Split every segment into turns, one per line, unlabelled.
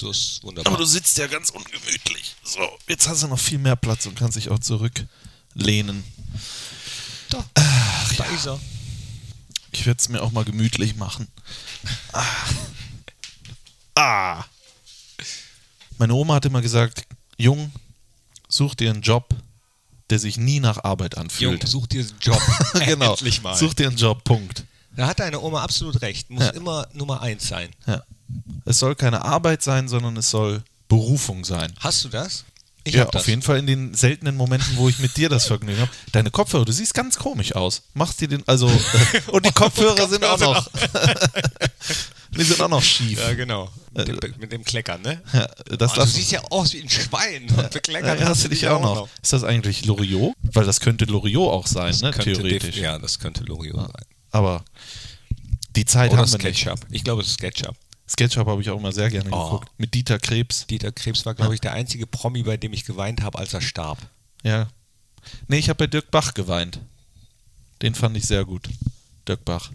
Das ist wunderbar.
Aber du sitzt ja ganz ungemütlich. So, jetzt hast du noch viel mehr Platz und kannst dich auch zurücklehnen.
da, da ist er.
Ich werde es mir auch mal gemütlich machen. Ah. ah. Meine Oma hat immer gesagt, Jung, such dir einen Job, der sich nie nach Arbeit
Jung,
anfühlt. Genau.
such dir einen Job. Endlich mal.
Such dir einen Job, Punkt.
Da hat deine Oma absolut recht. Muss
Ja.
immer Nummer eins sein.
Ja. Es soll keine Arbeit sein, sondern es soll Berufung sein.
Hast du das? Ich
ja,
hab das.
auf jeden Fall in den seltenen Momenten, wo ich mit dir das Vergnügen habe. Deine Kopfhörer, du siehst ganz komisch aus. Machst dir den, also, äh, und die
Oh,
Kopfhörer sind auch noch, die sind auch noch schief.
Ja, genau. Mit dem, mit dem Kleckern, ne?
Ja, Äh, das
Oh, du
lass-
siehst ja aus wie ein Schwein. Und bekleckert
ja, hast du dich auch noch. Ne, Ist das eigentlich Loriot? Weil das könnte Loriot auch sein, ne,
Könnte
theoretisch.
def- Ja, das könnte Loriot sein.
Aber die Zeit
Oder
haben wir nicht.
SketchUp. Ich glaube, es ist SketchUp.
SketchUp habe ich auch immer sehr gerne
Oh.
geguckt. Mit Dieter Krebs.
Dieter Krebs war, glaube ich, der einzige Promi, bei dem ich geweint habe, als er starb.
Ja. Nee, ich habe bei Dirk Bach geweint. Den fand ich sehr gut. Dirk Bach.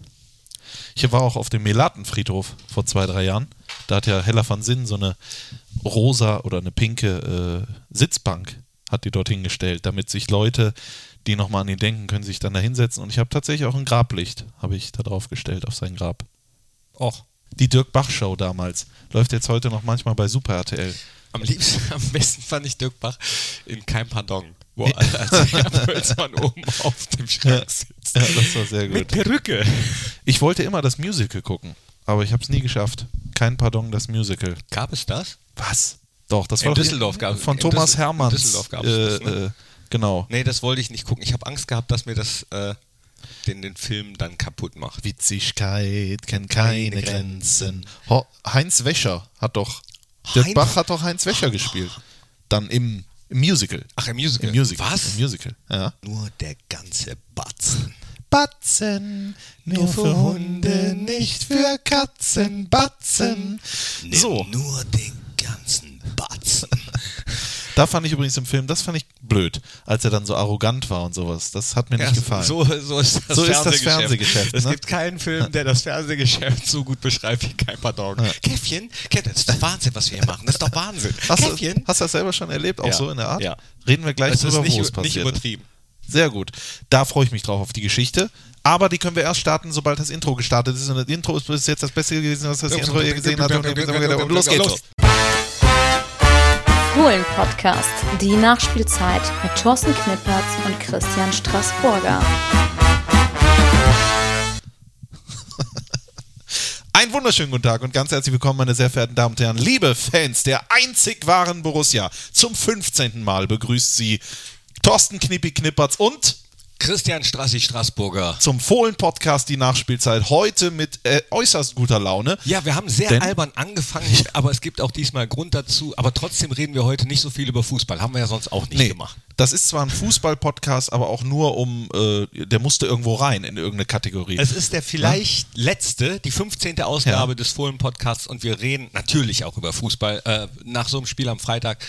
Ich war auch auf dem Melatenfriedhof vor zwei, drei Jahren. Da hat ja Hella van Sinn so eine rosa oder eine pinke äh, Sitzbank hat die dort hingestellt, damit sich Leute, die nochmal an ihn denken, können sich dann da hinsetzen. Und ich habe tatsächlich auch ein Grablicht, habe ich da drauf gestellt, auf sein Grab.
Och.
Die Dirk Bach Show damals läuft jetzt heute noch manchmal bei Super RTL.
Am liebsten, am besten fand ich Dirk Bach in Kein Pardon, wo als Hölzmann oben auf dem Schrank sitzt.
Ja, das war sehr
Mit
gut.
Perücke.
Ich wollte immer das Musical gucken, aber ich habe es nie geschafft. Kein Pardon, das Musical.
Gab es das?
Was? Doch, das
In
war doch
Düsseldorf
die-
gab's-
von
in
Thomas
Düssel- in
Hermanns.
Düsseldorf gab's
äh,
das, ne?
äh, genau.
Nee, das wollte ich nicht gucken. Ich habe Angst gehabt, dass mir das äh, den, den Film dann kaputt macht.
Witzigkeit kennt
keine Keine Grenzen.
Ho Heinz Wäscher hat doch.
Hein-
Dirk Bach hat doch Heinz Wäscher gespielt. Dann im, im Musical.
Ach, im Musical.
Im Musical.
Was?
Im Musical. Ja.
Nur der ganze Batzen.
Batzen, nur für Hunde, nicht für Katzen. Batzen.
Nimm Nur den ganzen Batzen.
Da fand ich übrigens im Film, das fand ich blöd, als er dann so arrogant war und sowas. Das hat mir nicht gefallen.
So, so ist das
So ist das
Fernsehgeschäft.
Fernsehgeschäft,
Es
ne?
gibt keinen Film, der das Fernsehgeschäft so gut beschreibt wie kein Pardon. Käffchen? Käffchen, das ist doch Wahnsinn, was wir hier machen. Das ist doch Wahnsinn.
hast, du,
Käffchen?
hast du das selber schon erlebt, auch
Ja,
so in der Art?
ja.
Reden wir gleich
Es ist
drüber,
nicht, ü-
wo es
nicht
passiert ist.
übertrieben.
Sehr gut. Da freue ich mich drauf auf die Geschichte. Aber die können wir erst starten, sobald das Intro gestartet ist. Und das Intro ist bis jetzt das Beste gewesen, was das Intro hier gesehen hat. Und los geht's. Los.
Fohlen Podcast, die Nachspielzeit mit Thorsten Knippertz und Christian Straßburger.
Einen wunderschönen guten Tag und ganz herzlich willkommen, meine sehr verehrten Damen und Herren, liebe Fans der einzig wahren Borussia. Zum 15. Mal begrüßt sie Thorsten Knippi Knippertz und
Christian Strassi Straßburger.
zum Fohlen-Podcast die Nachspielzeit. Heute mit äh, äußerst guter Laune.
Ja, wir haben sehr
Denn-
albern angefangen, aber es gibt auch diesmal Grund dazu. Aber trotzdem reden wir heute nicht so viel über Fußball. Haben wir ja sonst auch nicht
Nee,
gemacht.
das ist zwar ein Fußball-Podcast, aber auch nur um, äh, der musste irgendwo rein in irgendeine Kategorie.
Es ist der vielleicht letzte, die 15. Ausgabe des Fohlen-Podcasts und wir reden natürlich auch über Fußball. Äh, nach so einem Spiel am Freitag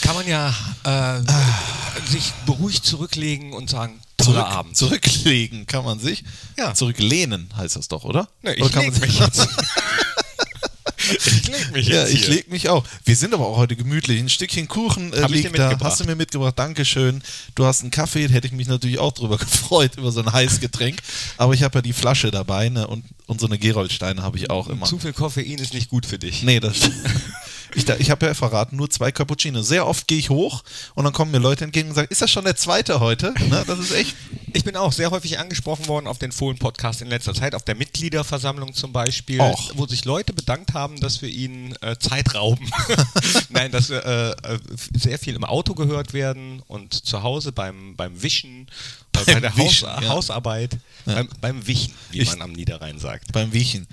kann man ja äh, sich beruhigt zurücklegen und sagen, toller
Zurück,
Abend.
Zurücklegen kann man sich.
Ja.
Zurücklehnen heißt das doch, oder?
Ne,
oder kann man
leg
sich-
jetzt. ich leg mich
Ja,
jetzt
ich
hier.
leg mich auch. Wir sind aber auch heute gemütlich. Ein Stückchen Kuchen äh,
Hab ich dir
liegt da.
mitgebracht.
Hast du mir mitgebracht? Dankeschön. Du hast einen Kaffee, da hätte ich mich natürlich auch drüber gefreut, über so ein heißes Getränk. Aber ich habe ja die Flasche dabei ne? und, und so eine Geroldsteine habe ich auch immer.
Zu viel Koffein ist nicht gut für dich.
Nee, das Ich, da- ich habe ja verraten, nur zwei Cappuccino. Sehr oft gehe ich hoch und dann kommen mir Leute entgegen und sagen, ist das schon der zweite heute? Ne, das ist echt.
Ich bin auch sehr häufig angesprochen worden auf den Fohlen-Podcast in letzter Zeit, auf der Mitgliederversammlung zum Beispiel,
Och.
wo sich Leute bedankt haben, dass wir ihnen äh, Zeit rauben. Nein, dass wir äh, äh, f- sehr viel im Auto gehört werden und zu Hause beim, beim Wischen, äh, bei
Beim
der
Wischen,
Haus
ja.
Hausarbeit, beim, beim Wischen, wie
Ich-
man am Niederrhein sagt.
Beim Wiechen.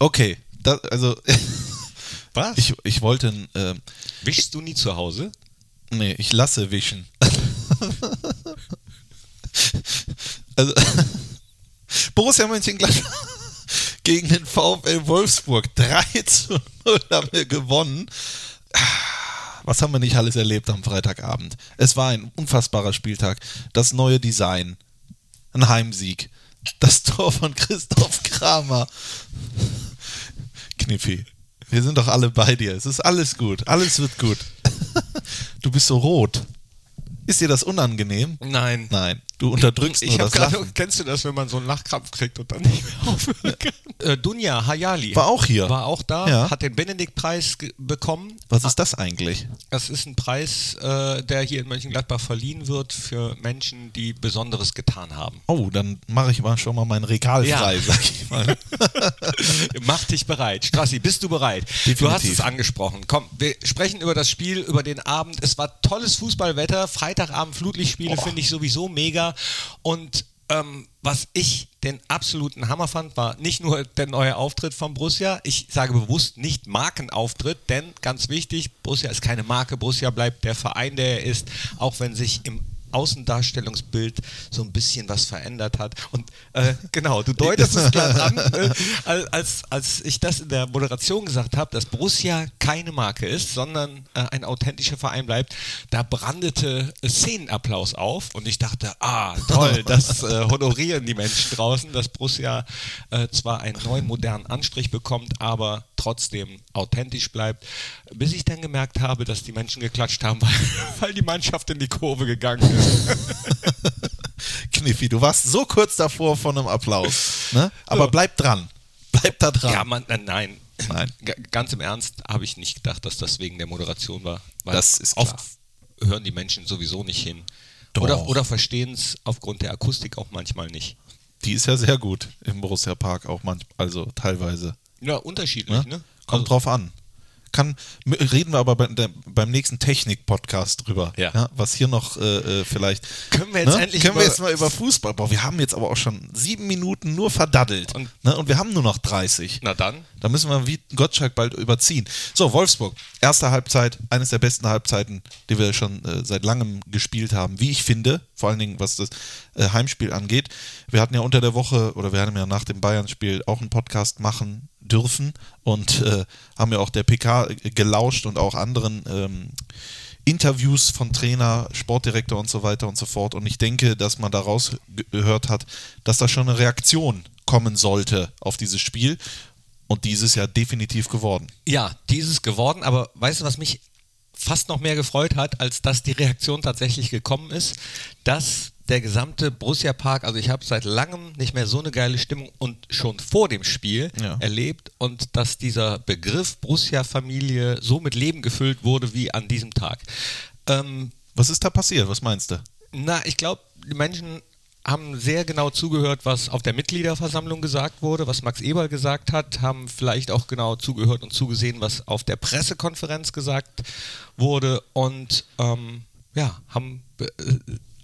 Okay, das, also
Was?
ich, ich wollte, ein, ähm,
Wischst du nie zu Hause?
nee, ich lasse wischen. also, Borussia Mönchengladbach gegen den VfL Wolfsburg 3 zu 0 haben wir gewonnen. was haben wir nicht alles erlebt am Freitagabend? Es war ein unfassbarer Spieltag. Das neue Design, ein Heimsieg, das Tor von Christoph Kramer. Kniffi, Wir sind doch alle bei dir. Es ist alles gut. Alles wird gut. Du bist so rot. Ist dir das unangenehm?
Nein.
Nein. Du unterdrückst nur
Ich habe
das
gerade,
Lachen.
kennst du das, wenn man so einen Lachkrampf kriegt und dann nicht mehr aufhören kann? Äh, Dunja Hayali
War auch hier.
war auch da,
Ja.
hat den Benedikt-Preis ge- bekommen.
Was ist das eigentlich?
Das ist ein Preis, äh, der hier in Mönchengladbach verliehen wird für Menschen, die Besonderes getan haben.
Oh, dann mache ich mal schon mal mein Regal
Ja.
frei, sag ich mal.
Mach dich bereit. Strassi, bist du bereit? Du
Definitiv.
hast es angesprochen. Komm, wir sprechen über das Spiel, über den Abend. Es war tolles Fußballwetter. Freitagabend Flutlichtspiele finde ich sowieso mega. Und ähm, was ich den absoluten Hammer fand, war nicht nur der neue Auftritt von Borussia. Ich sage bewusst nicht Markenauftritt, denn ganz wichtig, Borussia ist keine Marke. Borussia bleibt der Verein, der er ist, auch wenn sich im Außendarstellungsbild so ein bisschen was verändert hat. Und äh, genau, du deutest es klar an, äh, als- als, als ich das in der Moderation gesagt habe, dass Borussia keine Marke ist, sondern äh, ein authentischer Verein bleibt. Da brandete Szenenapplaus auf und ich dachte, ah, toll, das äh, honorieren die Menschen draußen, dass Borussia äh, zwar einen neuen modernen Anstrich bekommt, aber trotzdem authentisch bleibt, bis ich dann gemerkt habe, dass die Menschen geklatscht haben, weil, weil die Mannschaft in die Kurve gegangen ist.
Kniffi, du warst so kurz davor von einem Applaus. Ne? Aber bleib dran. Bleib da dran.
Ja, man, äh, nein.
Nein.
G- Ganz im Ernst habe ich nicht gedacht, dass das wegen der Moderation war. Weil
Das ist
oft
klar.
hören die Menschen sowieso nicht hin.
Doch.
Oder, oder verstehen es aufgrund der Akustik auch manchmal nicht.
Die ist ja sehr gut im Borussia Park auch manchmal, also teilweise.
Ja, unterschiedlich,
Ne?
ne?
Kommt
Also-
drauf an. Kann, m- reden wir aber bei, der, beim nächsten Technik-Podcast drüber.
Ja.
was hier noch äh, äh, vielleicht.
Können wir jetzt endlich
Können wir
über-
jetzt mal über Fußball. Boah, wir haben jetzt aber auch schon sieben Minuten nur verdaddelt.
Und-
ne? und wir haben nur noch 30.
Also, Na dann.
Da müssen wir wie Gottschalk bald überziehen. So, Wolfsburg. Erste Halbzeit, eines der besten Halbzeiten, die wir schon äh, seit langem gespielt haben, wie ich finde. Vor allen Dingen, was das äh, Heimspiel angeht. Wir hatten ja unter der Woche oder wir hatten ja nach dem Bayern-Spiel auch einen Podcast machen dürfen und äh, haben ja auch der PK gelauscht und auch anderen ähm, Interviews von Trainer, Sportdirektor und so weiter und so fort. Und ich denke, dass man daraus ge- gehört hat, dass da schon eine Reaktion kommen sollte auf dieses Spiel. Und dieses Jahr definitiv geworden.
Ja, dieses geworden, aber weißt du, was mich fast noch mehr gefreut hat, als dass die Reaktion tatsächlich gekommen ist, dass der gesamte Borussia Park, also ich habe seit langem nicht mehr so eine geile Stimmung und schon vor dem Spiel
Ja.
erlebt und dass dieser Begriff Borussia Familie so mit Leben gefüllt wurde wie an diesem Tag. Ähm,
Was ist da passiert? Was meinst du?
na, ich glaube, die Menschen haben sehr genau zugehört, was auf der Mitgliederversammlung gesagt wurde, was Max Eberl gesagt hat, haben vielleicht auch genau zugehört und zugesehen, was auf der Pressekonferenz gesagt wurde und ähm, ja, haben äh,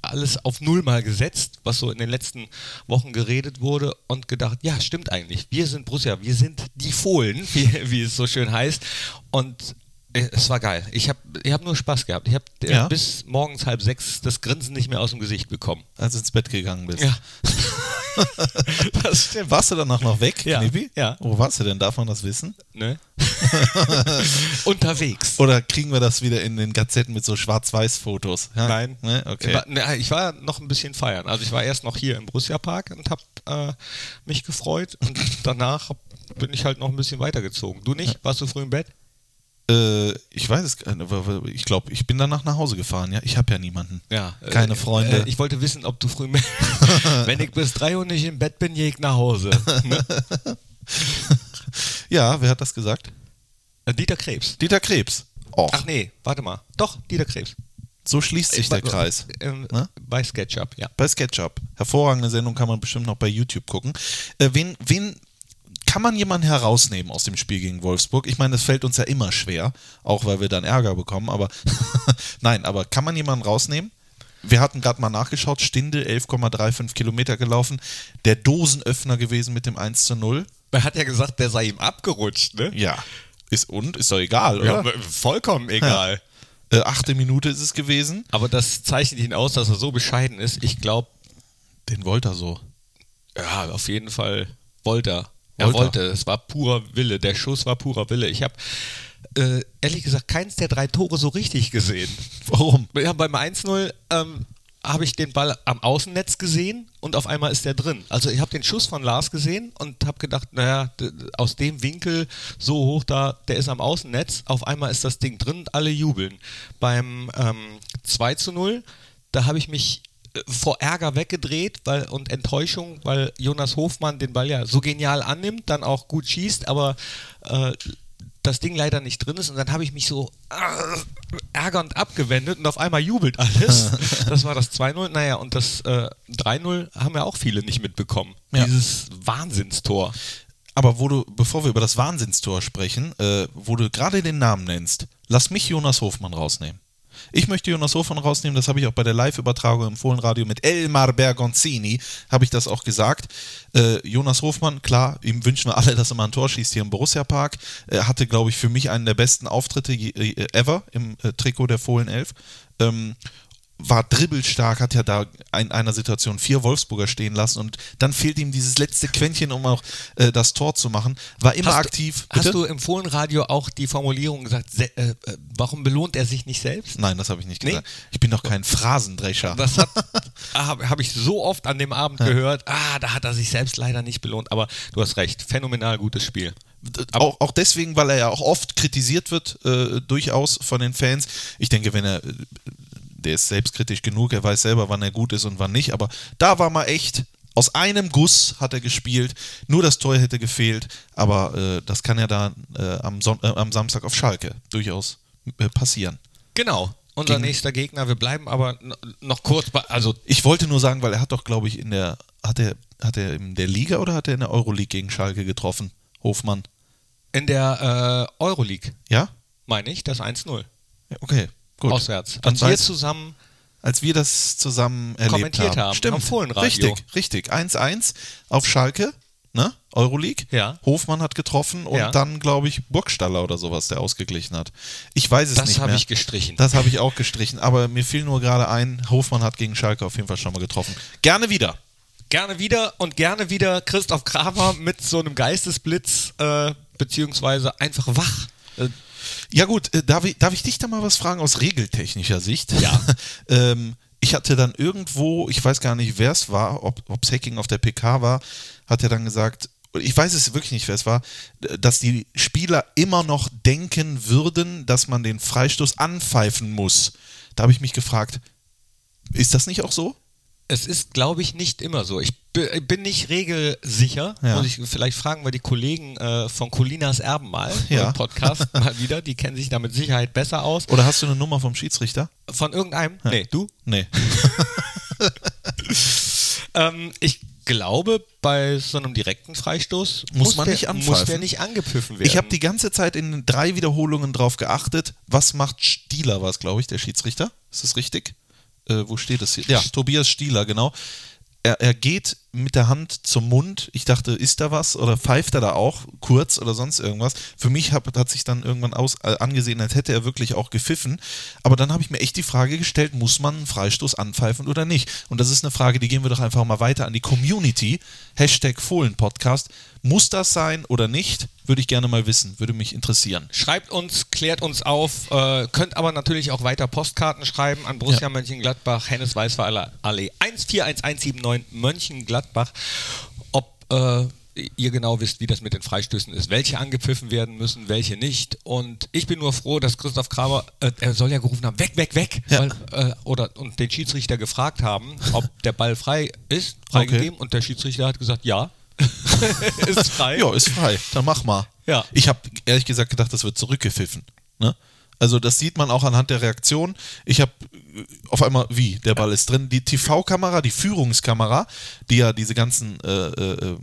alles auf Null mal gesetzt, was so in den letzten Wochen geredet wurde und gedacht, ja, stimmt eigentlich, wir sind Borussia, wir sind die Fohlen, wie, wie es so schön heißt und äh, es war geil. Ich habe ich hab nur Spaß gehabt. Ich habe äh,
Ja.
bis bis morgens halb sechs das Grinsen nicht mehr aus dem Gesicht bekommen.
Als du ins Bett gegangen bist.
das stimmt.
Warst du danach noch weg,
Ja,
Knippi?
ja.
Wo warst du denn? Darf man das wissen?
Ne? Unterwegs.
Oder kriegen wir das wieder in den Gazetten mit so Schwarz-Weiß-Fotos? Ja?
Nein.
Ne?
Ich,
Okay.
war, ne, ich war noch ein bisschen feiern. Also ich war erst noch hier im Borussia Park und habe äh, mich gefreut und danach bin ich halt noch ein bisschen weitergezogen. Du nicht? Warst du früh im Bett?
Äh, ich weiß es gar nicht. Ich glaube, ich bin danach nach Hause gefahren. Ja, ich habe ja niemanden.
Äh,
Keine Freunde.
Äh, ich wollte wissen, ob du früh im Bett Wenn ich bis drei Uhr nicht im Bett bin, gehe ich nach Hause. Ne?
ja, wer hat das gesagt?
Äh, Dieter Krebs.
Dieter Krebs. Och,
Ach nee, warte mal. Doch, Dieter Krebs.
so schließt sich der Kreis.
Ähm,
Ne?
Bei SketchUp, ja.
bei SketchUp. Hervorragende Sendung kann man bestimmt noch bei YouTube gucken. Äh, wen, wen kann man jemanden herausnehmen aus dem Spiel gegen Wolfsburg? Ich meine, das fällt uns ja immer schwer, auch weil wir dann Ärger bekommen, aber nein, aber kann man jemanden rausnehmen? Wir hatten gerade mal nachgeschaut, Stindel 11,35 Kilometer gelaufen, der Dosenöffner gewesen mit dem 1 zu 0.
Man hat ja gesagt, der sei ihm abgerutscht, ne?
Ja. Ist und? Ist doch egal,
Ja,
oder?
w- vollkommen egal.
Äh, achte Minute ist es gewesen.
Aber das zeichnet ihn aus, dass er so bescheiden ist. Ich glaube,
Den wollte er so.
ja, auf jeden Fall wollte er. Er
Wollte
wollte,
er.
es war purer Wille. Der Schuss war purer Wille. Ich habe äh, ehrlich gesagt keins der drei Tore so richtig gesehen.
Warum?
Ja, beim 1-0, ähm, habe ich den Ball am Außennetz gesehen und auf einmal ist der drin. Also ich habe den Schuss von Lars gesehen und habe gedacht, naja, d- aus dem Winkel so hoch da, der ist am Außennetz. Auf einmal ist das Ding drin und alle jubeln. Beim ähm, 2 zu 0, da habe ich mich äh, vor Ärger weggedreht weil, und Enttäuschung, weil Jonas Hofmann den Ball ja so genial annimmt, dann auch gut schießt, aber äh, das Ding leider nicht drin ist und dann habe ich mich so äh, ärgernd abgewendet und auf einmal jubelt alles. Das war das 2-0. Naja, und das äh, 3-0 haben ja auch viele nicht mitbekommen.
Ja.
Dieses Wahnsinnstor.
Aber wo du, bevor wir über das Wahnsinnstor sprechen, äh, wo du gerade den Namen nennst, lass mich Jonas Hofmann rausnehmen. Ich möchte Jonas Hofmann rausnehmen, das habe ich auch bei der Live-Übertragung im Fohlenradio mit Elmar Bergonzini, habe ich das auch gesagt. Äh, Jonas Hofmann, klar, ihm wünschen wir alle, dass er mal ein Tor schießt hier im Borussia-Park. Er hatte, glaube ich, für mich einen der besten Auftritte je- äh, ever im äh, Trikot der Fohlen 11. Ähm, war dribbelstark, hat ja da in einer Situation vier Wolfsburger stehen lassen und dann fehlt ihm dieses letzte Quäntchen, um auch äh, das Tor zu machen. War immer aktiv.
Du, hast
Bitte?
du im Fohlenradio auch die Formulierung gesagt, se- äh, äh, warum belohnt er sich nicht selbst?
Nein, das habe ich nicht
Nee?
gesagt. Ich bin doch kein Phrasendrescher.
Das habe Ah, hab ich so oft an dem Abend gehört. Ah, da hat er sich selbst leider nicht belohnt. Aber du hast recht, phänomenal gutes Spiel.
auch, auch deswegen, weil er ja auch oft kritisiert wird, äh, durchaus von den Fans. Ich denke, wenn er, äh, der ist selbstkritisch genug, er weiß selber, wann er gut ist und wann nicht, aber da war mal echt, aus einem Guss hat er gespielt, nur das Tor hätte gefehlt, aber äh, das kann ja da äh, am, Son äh, am Samstag auf Schalke durchaus äh, passieren.
Genau. Unser
Gegen-
nächster Gegner, wir bleiben aber n- noch kurz bei, also
Ich wollte nur sagen, weil er hat doch, glaube ich, in der, hat er, hat er in der Liga oder hat er in der Euroleague gegen Schalke getroffen? Hofmann,
in der äh, Euroleague,
ja?
meine ich, das 1-0.
Ja, Okay, gut.
Auswärts.
Dann
Und wir
weiß-
zusammen
als wir das zusammen erlebt
Kommentiert haben,
Stimmt.
am Fohlenradio.
Richtig, richtig. 1-1 auf Schalke, ne? Euroleague.
Ja.
Hofmann hat getroffen und
Ja.
dann, glaube ich, Burgstaller oder sowas, der ausgeglichen hat. Ich weiß es
Das
nicht
habe
mehr.
ich gestrichen.
Das habe ich auch gestrichen, aber mir fiel nur gerade ein, Hofmann hat gegen Schalke auf jeden Fall schon mal getroffen. Gerne wieder.
gerne wieder und gerne wieder Christoph Kramer mit so einem Geistesblitz, äh, beziehungsweise einfach wach. Äh,
Ja gut, äh, darf ich, darf ich dich da mal was fragen aus regeltechnischer Sicht?
Ja.
ähm, ich hatte dann irgendwo, ich weiß gar nicht, wer es war, ob ob's Hacking auf der PK war, hat er dann gesagt, ich weiß es wirklich nicht, wer es war, d- dass die Spieler immer noch denken würden, dass man den Freistoß anpfeifen muss. Da habe ich mich gefragt, ist das nicht auch so?
Es ist, glaube ich, nicht immer so. Ich b- bin nicht regelsicher.
Ja.
Muss ich, vielleicht fragen wir die Kollegen äh, von Colinas Erben mal
Ja.
im Podcast mal wieder. Die kennen sich da mit Sicherheit besser aus.
Oder hast du eine Nummer vom Schiedsrichter?
Von irgendeinem? Nee, du?
Nee.
Ähm, ich glaube, bei so einem direkten Freistoß
Muss man
der,
nicht anpfeifen.
muss der nicht angepfiffen werden.
Ich habe die ganze Zeit in drei Wiederholungen drauf geachtet. Was macht Stieler, war es, glaube ich, der Schiedsrichter? Ist das richtig? Äh, wo steht das hier? Ja, Tobias Stieler, genau. Er, er geht mit der Hand zum Mund. Ich dachte, ist da was? Oder pfeift er da auch kurz oder sonst irgendwas? Für mich hab, hat sich dann irgendwann aus, äh, angesehen, als hätte er wirklich auch gepfiffen. Aber dann habe ich mir echt die Frage gestellt, muss man einen Freistoß anpfeifen oder nicht? Und das ist eine Frage, die gehen wir doch einfach mal weiter an die Community. Hashtag Fohlenpodcast. Muss das sein oder nicht? Würde ich gerne mal wissen. Würde mich interessieren.
Schreibt uns, klärt uns auf, äh, könnt aber natürlich auch weiter Postkarten schreiben an Borussia Mönchengladbach, Hennes Weißweiler Allee 14117 Mönchengladbach. Ob äh, ihr genau wisst, wie das mit den Freistößen ist, welche angepfiffen werden müssen, welche nicht. Und ich bin nur froh, dass Christoph Kramer, äh, er soll ja gerufen haben, weg, weg, weg,
Ja.
weil, äh, oder und den Schiedsrichter gefragt haben, ob der Ball frei ist, freigegeben, und der Schiedsrichter hat gesagt, ja, ist frei.
Ja, ist frei. Dann mach mal.
Ja.
Ich habe ehrlich gesagt gedacht, das wird zurückgepfiffen. Ne? Also das sieht man auch anhand der Reaktion. Ich habe auf einmal, wie, der Ball ist drin. Die TV-Kamera, die Führungskamera, die ja diese ganzen äh, äh,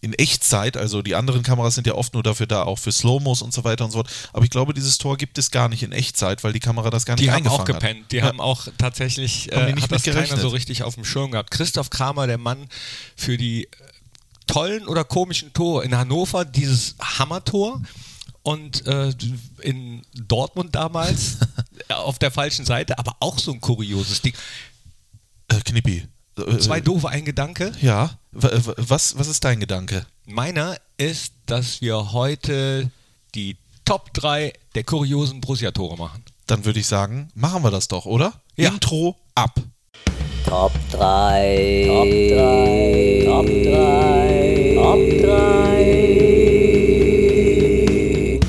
in Echtzeit, also die anderen Kameras sind ja oft nur dafür da, auch für Slow-Mos und so weiter und so fort. Aber ich glaube, dieses Tor gibt es gar nicht in Echtzeit, weil die Kamera das gar nicht
Die haben
eingefangen
auch gepennt.
hat.
Die
Ja.
haben auch tatsächlich
Haben die
äh,
nicht
hat das
mit gerechnet.
keiner so richtig auf dem Schirm gehabt. Christoph Kramer, der Mann für die äh, tollen oder komischen Tore in Hannover, dieses Hammertor und äh, in Dortmund damals äh, auf der falschen Seite, aber auch so ein kurioses Ding.
äh, Knippi. Äh,
Zwei doofe, ein Gedanke.
ja, W- w- was, was ist dein Gedanke?
Meiner ist, dass wir heute die Top 3 der kuriosen Borussia-Tore machen.
Dann würde ich sagen, machen wir das doch, oder?
Ja.
Intro ab.
Top 3. Top 3. Top 3. Top 3.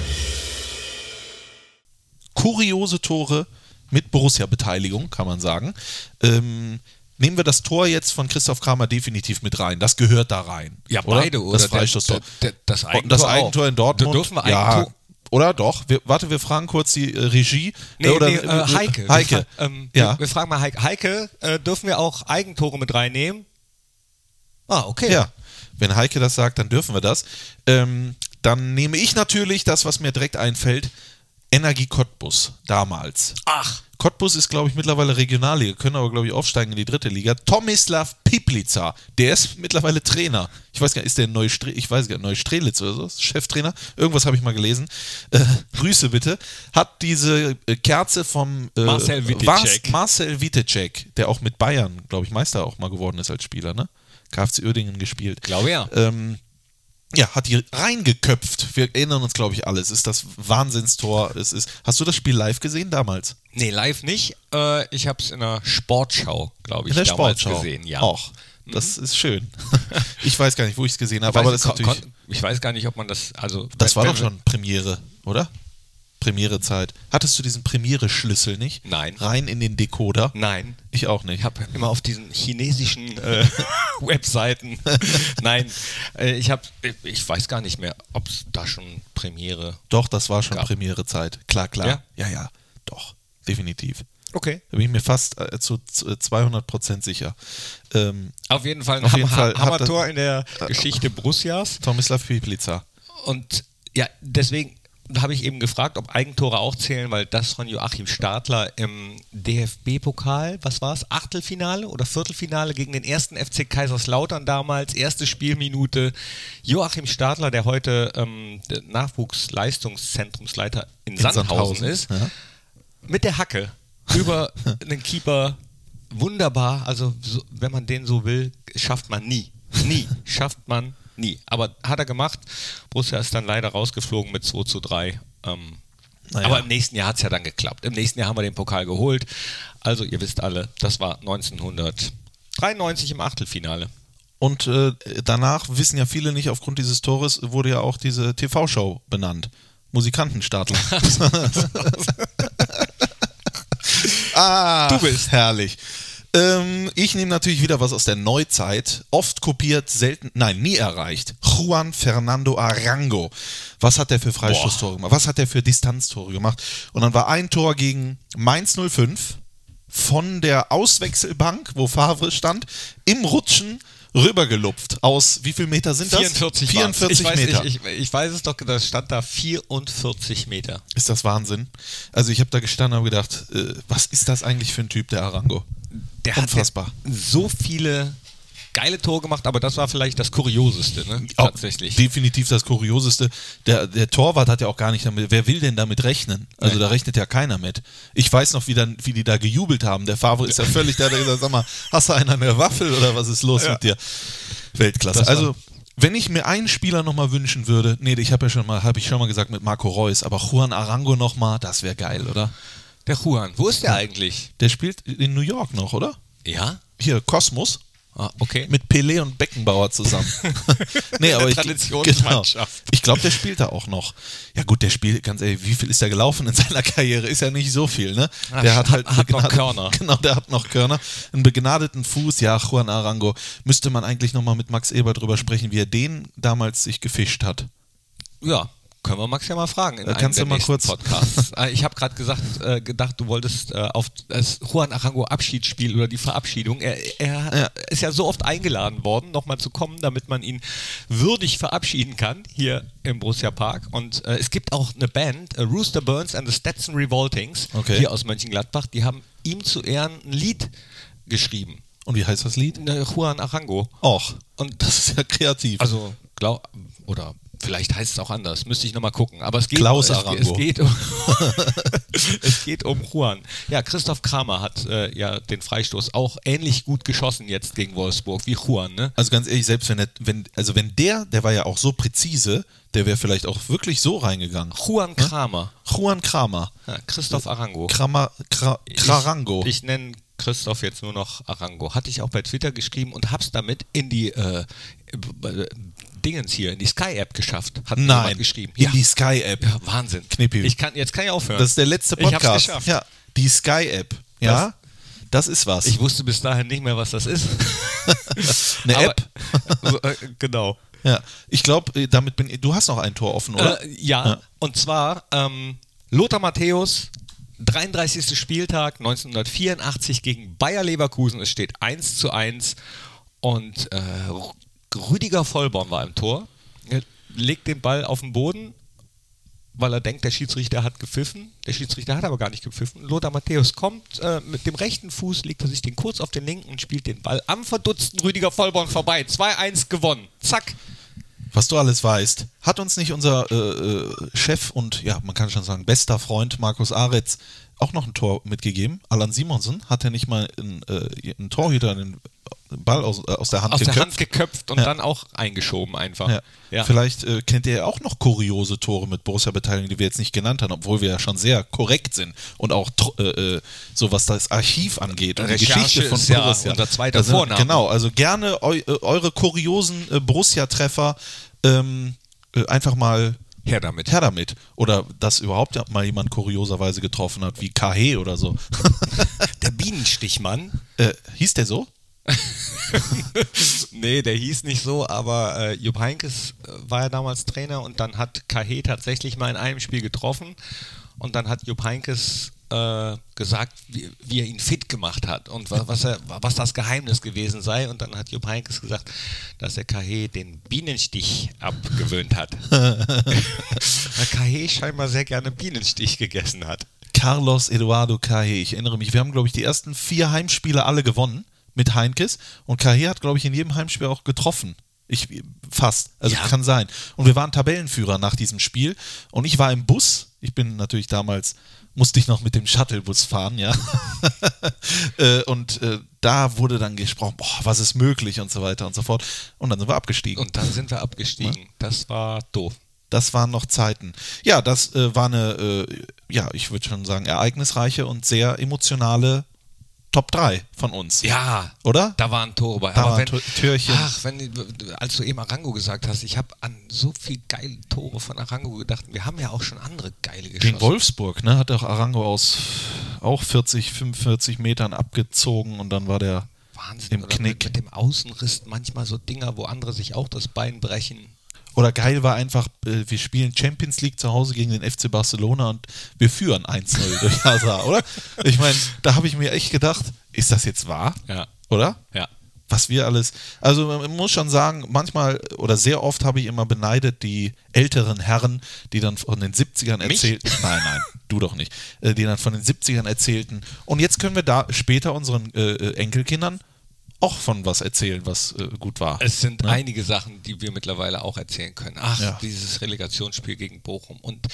Kuriose Tore mit Borussia-Beteiligung, kann man sagen. Ähm, nehmen wir das Tor jetzt von Christoph Kramer definitiv mit rein. Das gehört da rein.
Ja, beide, oder?
Das Freistoßtor.
Der- der- das
Und das
Eigentor
Eigentor
auch.
in Dortmund.
Da dürfen wir
ja.
Eigentor-
Oder doch? Wir, warte, wir fragen kurz die äh, Regie.
Nee,
oder,
nee, äh, Heike.
Heike.
Wir, fra- ähm,
ja.
wir, wir fragen mal Heike. Heike, äh, dürfen wir auch Eigentore mit reinnehmen? Ah, okay.
Ja, wenn Heike das sagt, dann dürfen wir das. Ähm, dann nehme ich natürlich das, was mir direkt einfällt: Energie Cottbus damals.
Ach,
Cottbus ist, glaube ich, mittlerweile Regionalliga, können aber, glaube ich, aufsteigen in die dritte Liga. Tomislav Piplica, der ist mittlerweile Trainer. Ich weiß gar nicht, ist der Neustre ich weiß gar nicht, Neustrelitz oder so, ist Cheftrainer? Irgendwas habe ich mal gelesen. Äh, Grüße bitte. Hat diese äh, Kerze vom äh,
Marcel Wittecek.
Vas- Marcel Wittecek, der auch mit Bayern, glaube ich, Meister auch mal geworden ist als Spieler, ne? KFC Uerdingen gespielt.
Glaube ja.
Ähm, ja, hat die reingeköpft. Wir erinnern uns, glaube ich, alle. Es ist das Wahnsinnstor. Es ist. Hast du das Spiel live gesehen damals?
nee, live nicht. Äh, ich habe es in der Sportschau, glaube ich,
in der
damals
Sportschau
gesehen. Ja.
Auch. Das ist schön. Ich weiß gar nicht, wo ich es gesehen habe,
Weiß
aber
ich,
das ist
kon-
natürlich.
kon- ich weiß gar nicht, ob man das, also
Das war
wenn-
doch schon Premiere, oder? Premierezeit. Hattest du diesen Premiere-Schlüssel nicht?
Nein.
Rein in den Decoder?
Nein,
Ich auch nicht.
Ich habe immer auf diesen chinesischen äh, Webseiten. Nein, äh, ich habe, ich weiß gar nicht mehr, ob es da schon Premiere.
Doch, das war schon
Gab-
Premierezeit. Klar, klar.
Ja?
ja, ja. Doch, definitiv.
Okay.
Da bin ich mir fast äh, zu zu, äh, 200% sicher. Ähm,
Auf jeden Fall ein
Auf
Ham
jeden Fall hat
Hammertor
das- äh,
in der Geschichte Borussias.
Tomislav Piplica.
Und ja, deswegen habe ich eben gefragt, ob Eigentore auch zählen, weil das von Joachim Stadler im DFB-Pokal, was war es, Achtelfinale oder Viertelfinale gegen den ersten FC Kaiserslautern damals, erste Spielminute. Joachim Stadler, der heute ähm, der Nachwuchsleistungszentrumsleiter in, Sandhausen, ist,
Ja.
mit der Hacke über einen Keeper wunderbar. Also, so, wenn man den so will, schafft man nie. Nie. Schafft man nie. Aber hat er gemacht. Borussia ist dann leider rausgeflogen mit 2 zu 3. Ähm,
Naja.
Aber im nächsten Jahr hat es ja dann geklappt. Im nächsten Jahr haben wir den Pokal geholt. Also, ihr wisst alle, das war 1993 im Achtelfinale.
Und äh, danach wissen ja viele nicht, aufgrund dieses Tores wurde ja auch diese TV-Show benannt. Musikantenstadler. ah,
Du bist.
herrlich. Ähm, ich nehme natürlich wieder was aus der Neuzeit. Oft kopiert, selten, nein, nie erreicht. Juan Fernando Arango. Was hat der für Freistoßtore gemacht? Was hat der für Distanztore gemacht? Und dann war ein Tor gegen Mainz 05 von der Auswechselbank, wo Favre stand, im Rutschen rübergelupft. Aus wie viel Meter sind das?
44 war's.
44
ich weiß,
Meter.
Ich, ich, ich weiß es doch, das stand da 44 Meter.
Ist das Wahnsinn? Also ich habe da gestanden und hab gedacht, äh, was ist das eigentlich für ein Typ, der Arango?
Der
Unfassbar.
hat ja so viele geile Tore gemacht, aber das war vielleicht das Kurioseste, ne?
Auch
Tatsächlich.
Definitiv das Kurioseste. Der, der Torwart hat ja auch gar nicht damit. Wer will denn damit rechnen? Also
Nein.
da rechnet ja keiner mit. Ich weiß noch, wie, dann, wie die da gejubelt haben. Der Favre ist ja völlig der, der gesagt hat, sag mal, hast du einen an der Waffel oder was ist los mit dir? Weltklasse.
Das war-
also, wenn ich mir einen Spieler nochmal wünschen würde, nee, ich habe ja schon mal, habe ich schon mal gesagt mit Marco Reus, aber Juan Arango nochmal, das wäre geil, oder?
der Juan, wo ist der eigentlich?
Der spielt in New York noch, oder?
Ja?
Hier, Kosmos.
Ah, okay.
Mit Pelé und Beckenbauer zusammen. nee, aber ich, genau.
Traditionsmannschaft.
ich glaube, der spielt da auch noch. Ja gut, der spielt, ganz ehrlich, wie viel ist der gelaufen in seiner Karriere? Ist ja nicht so viel, ne?
Ah,
Der hat halt
hat noch
begnadeten-
Körner.
Genau, der hat noch Körner. Einen begnadeten Fuß, ja, Juan Arango. Müsste man eigentlich nochmal mit Max Eber drüber sprechen, wie er den damals sich gefischt hat.
Ja, können wir Max ja mal fragen. In
Äh, kannst
einem
du
der
mal
nächsten
kurz-
Podcasts. Äh, ich habe gerade gesagt, äh, gedacht, du wolltest äh, auf das Juan Arango Abschiedsspiel oder die Verabschiedung. Er, er ist ja so oft eingeladen worden, nochmal zu kommen, damit man ihn würdig verabschieden kann hier im Borussia Park. Und äh, es gibt auch eine Band, äh, Rooster Burns and the Stetson Revoltings,
Okay.
hier aus Mönchengladbach. Die haben ihm zu Ehren ein Lied geschrieben.
Und wie heißt das Lied?
Ne, Juan Arango.
Auch.
Und
Das ist ja kreativ.
also, glaub, oder vielleicht heißt es auch anders, müsste ich nochmal gucken. Aber es geht,
Klaus
es,
Arango.
es, geht um, es geht um Juan. Ja, Christoph Kramer hat äh, ja den Freistoß auch ähnlich gut geschossen jetzt gegen Wolfsburg wie Juan. Ne?
Also ganz ehrlich, selbst wenn der, wenn, also wenn der, der war ja auch so präzise, der wäre vielleicht auch wirklich so reingegangen.
Juan Kramer,
Juan Kramer.
ja, Christoph Arango.
Kramer, Kra, Krarango.
Ich, ich nenne Christoph jetzt nur noch Arango. Hatte ich auch bei Twitter geschrieben und hab's damit in die äh, äh, Dingens hier, in die Sky-App geschafft. Hat mir
Nein,
jemand geschrieben.
in die Sky-App.
ja, Wahnsinn.
Knippi.
Ich kann, jetzt kann ich aufhören.
Das ist der letzte Podcast.
Ich hab's geschafft.
Ja, die Sky-App. Ja, das ist was.
Ich wusste bis dahin nicht mehr, was das ist.
Eine
Aber-
App.
Also, äh, genau.
ja, ich glaube, damit bin ich, du hast noch ein Tor offen, oder?
Äh, ja,
Ja.
und zwar ähm, Lothar Matthäus, 33. Spieltag 1984 gegen Bayer Leverkusen. Es steht 1 zu 1 und äh, Rü- Rüdiger Vollborn war im Tor. Er legt den Ball auf den Boden, weil er denkt, der Schiedsrichter hat gepfiffen. Der Schiedsrichter hat aber gar nicht gepfiffen. Lothar Matthäus kommt, äh, mit dem rechten Fuß legt er sich den kurz auf den linken und spielt den Ball am verdutzten Rüdiger Vollborn vorbei. 2-1 gewonnen. Zack.
was du alles weißt, hat uns nicht unser äh, äh, Chef und ja, man kann schon sagen, bester Freund Markus Aretz auch noch ein Tor mitgegeben? Alan Simonsen hat ja nicht mal einen, äh, einen Torhüter den Ball aus, äh, aus der Hand
aus der
geköpft.
Hand geköpft und
Ja.
dann auch eingeschoben einfach.
Ja.
Ja.
Vielleicht äh, kennt ihr ja auch noch kuriose Tore mit Borussia-Beteiligung, die wir jetzt nicht genannt haben, obwohl wir ja schon sehr korrekt sind und auch tr- äh, äh, so was das Archiv angeht und die
Recherche
Geschichte von
ist ja
Borussia.
unser zweiter
Da sind-
Vorname.
Genau, also gerne eu äh, eure kuriosen äh, Borussia-Treffer ähm, äh, einfach mal
Her damit.
her damit. Oder dass überhaupt mal jemand kurioserweise getroffen hat, wie Kahe oder so.
Der Bienenstichmann.
äh, hieß der so?
nee, der hieß nicht so, aber äh, Jupp Heinkes äh, war ja damals Trainer und dann hat Kahe tatsächlich mal in einem Spiel getroffen und dann hat Jupp Heinkes äh, gesagt, wie, wie er ihn fit gemacht hat und wa- was, er, wa- was das Geheimnis gewesen sei. Und dann hat Jupp Heinkes gesagt, dass er Kahe den Bienenstich abgewöhnt hat. Weil Kahe scheinbar sehr gerne Bienenstich gegessen hat.
Carlos Eduardo Cahe. Ich erinnere mich, wir haben, glaube ich, die ersten vier Heimspiele alle gewonnen mit Heinkes. Und Cahe hat, glaube ich, in jedem Heimspiel auch getroffen. Ich fast. Also
Ja.
kann sein. Und wir waren Tabellenführer nach diesem Spiel. Und ich war im Bus. Ich bin natürlich damals, musste ich noch mit dem Shuttlebus fahren, ja. Äh, und äh, da wurde dann gesprochen, boah, was ist möglich und so weiter und so fort. Und dann sind wir abgestiegen.
Und dann sind wir abgestiegen. Das war doof.
Das waren noch Zeiten. Ja, das äh, war eine, äh, ja, ich würde schon sagen, ereignisreiche und sehr emotionale Top 3 von uns.
Ja.
Oder?
Da waren Tore bei.
Da waren Tö- Türchen.
Ach, wenn, als du eben Arango gesagt hast, ich habe an so viel geile Tore von Arango gedacht. Wir haben ja auch schon andere geile geschossen.
Gegen Wolfsburg, ne, hat auch Arango aus auch 40, 45 Metern abgezogen und dann war der
Wahnsinn.
im
oder
Knick.
Mit, mit dem Außenriss manchmal so Dinger, wo andere sich auch das Bein brechen.
Oder geil war einfach, äh, wir spielen Champions League zu Hause gegen den FC Barcelona und wir führen 1-0 durch Hazard, oder? Ich meine, da habe ich mir echt gedacht, ist das jetzt wahr?
Ja.
Oder?
Ja.
Was wir alles. Also man muss schon sagen, manchmal oder sehr oft habe ich immer beneidet die älteren Herren, die dann von den 70ern
Mich?
erzählten. Nein, nein, du doch nicht. Äh, Die dann von den 70ern erzählten. Und jetzt können wir da später unseren äh, äh, Enkelkindern auch von was erzählen, was äh, gut war.
Es sind
Ne?
einige Sachen, die wir mittlerweile auch erzählen können. Ach,
Ja.
dieses Relegationsspiel gegen Bochum. Und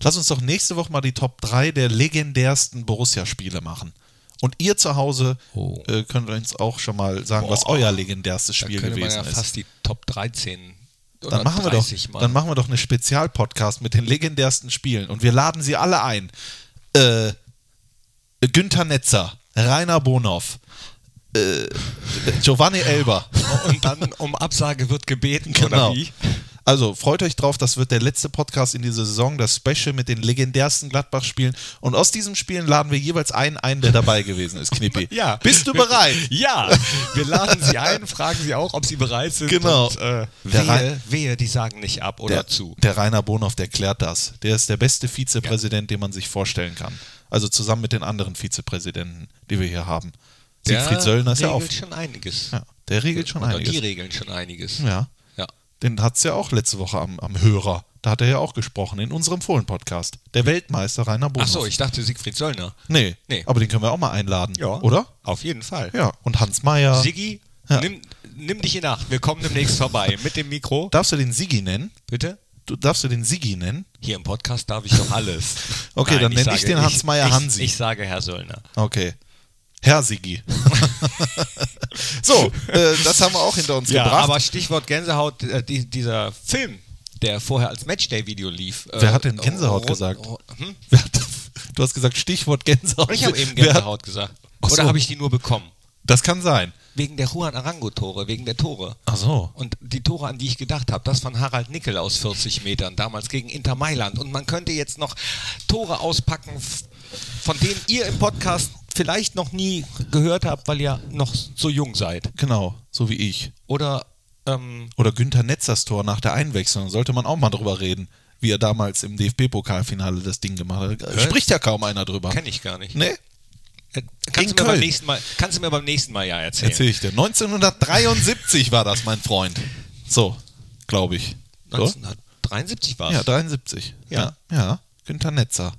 Lass uns doch nächste Woche mal die Top 3 der legendärsten Borussia-Spiele machen. Und ihr zu Hause
Oh.
äh, könnt uns auch schon mal sagen, was euer legendärstes
da
Spiel
könnte man ja
gewesen ist.
fast die Top 13 oder
dann machen wir
30
doch,
mal.
dann machen wir doch eine Spezialpodcast mit den legendärsten Spielen und wir laden sie alle ein. Äh, Günther Netzer, Rainer Bonhoff, äh, Giovanni Elber.
Und dann um Absage wird gebeten, oder wie?
Genau. Also freut euch drauf, das wird der letzte Podcast in dieser Saison, das Special mit den legendärsten Gladbach-Spielen. Und aus diesen Spielen laden wir jeweils einen ein, der dabei gewesen ist, Knippi.
Ja.
Bist du bereit?
Ja, wir laden sie ein, fragen sie auch, ob sie bereit sind.
Genau.
Und, äh,
Der Rhein-
wehe, wehe, die sagen nicht ab oder
der,
zu.
Der Rainer Bonhoff, der klärt das. Der ist der beste Vizepräsident, den man sich vorstellen kann. Also zusammen mit den anderen Vizepräsidenten, die wir hier haben. Siegfried Söllner ist ja auch.
regelt schon einiges.
Ja, der regelt schon
oder
einiges.
die regeln schon einiges.
Ja.
Ja.
Den hat es ja auch letzte Woche am, am Hörer. Da hat er ja auch gesprochen, in unserem Fohlen-Podcast. Der Weltmeister Rainer Bonhoff.
Achso, ich dachte Siegfried Söllner.
nee,
Nee.
aber den können wir auch mal einladen,
Ja.
oder?
Auf jeden Fall.
Ja, und Hans Meyer.
Siggi,
Ja.
nimm, nimm dich in Acht. Wir kommen demnächst vorbei. Mit dem Mikro.
Darfst du den Sigi nennen?
Bitte?
Du, darfst du den Sigi nennen?
Hier im Podcast darf ich doch alles.
Okay, dann nenn ich
sage-
den Hans Meyer
ich-
Hansi.
Ich sage Herr Söllner.
Okay. Herr Sigi. so, äh, das haben wir auch hinter uns
Ja,
gebracht.
aber Stichwort Gänsehaut, äh, die, dieser Film, der vorher als Matchday-Video lief. äh,
Wer hat denn Gänsehaut
rund-
gesagt?
ro- Hm?
Wer hat- Du hast gesagt, Stichwort Gänsehaut.
Ich habe eben
Wer-
Gänsehaut gesagt.
Ach
Oder
so.
habe ich die nur bekommen?
Das kann sein.
Wegen der Juan Arango-Tore, wegen der Tore.
Ach so.
Und die Tore, an die ich gedacht habe, das von Harald Nickel aus 40 Metern, damals gegen Inter Mailand. Und man könnte jetzt noch Tore auspacken, f- von denen ihr im Podcast vielleicht noch nie gehört habt, weil ihr noch so jung seid.
Genau, so wie ich.
Oder ähm,
Oder Günther Netzers Tor nach der Einwechslung. Sollte man auch mal drüber reden, wie er damals im DFB-Pokalfinale das Ding gemacht hat. Spricht ja kaum einer drüber.
kenne ich gar nicht.
Nee,
Äh,
In
Kannst, du mir beim
Köln.
nächsten mal, kannst du mir beim nächsten Mal ja erzählen.
erzähl ich dir. 1973 war das, mein Freund. So, glaube ich. So?
1973 war es.
Ja, 73.
Ja.
ja. Ja, Günther Netzer.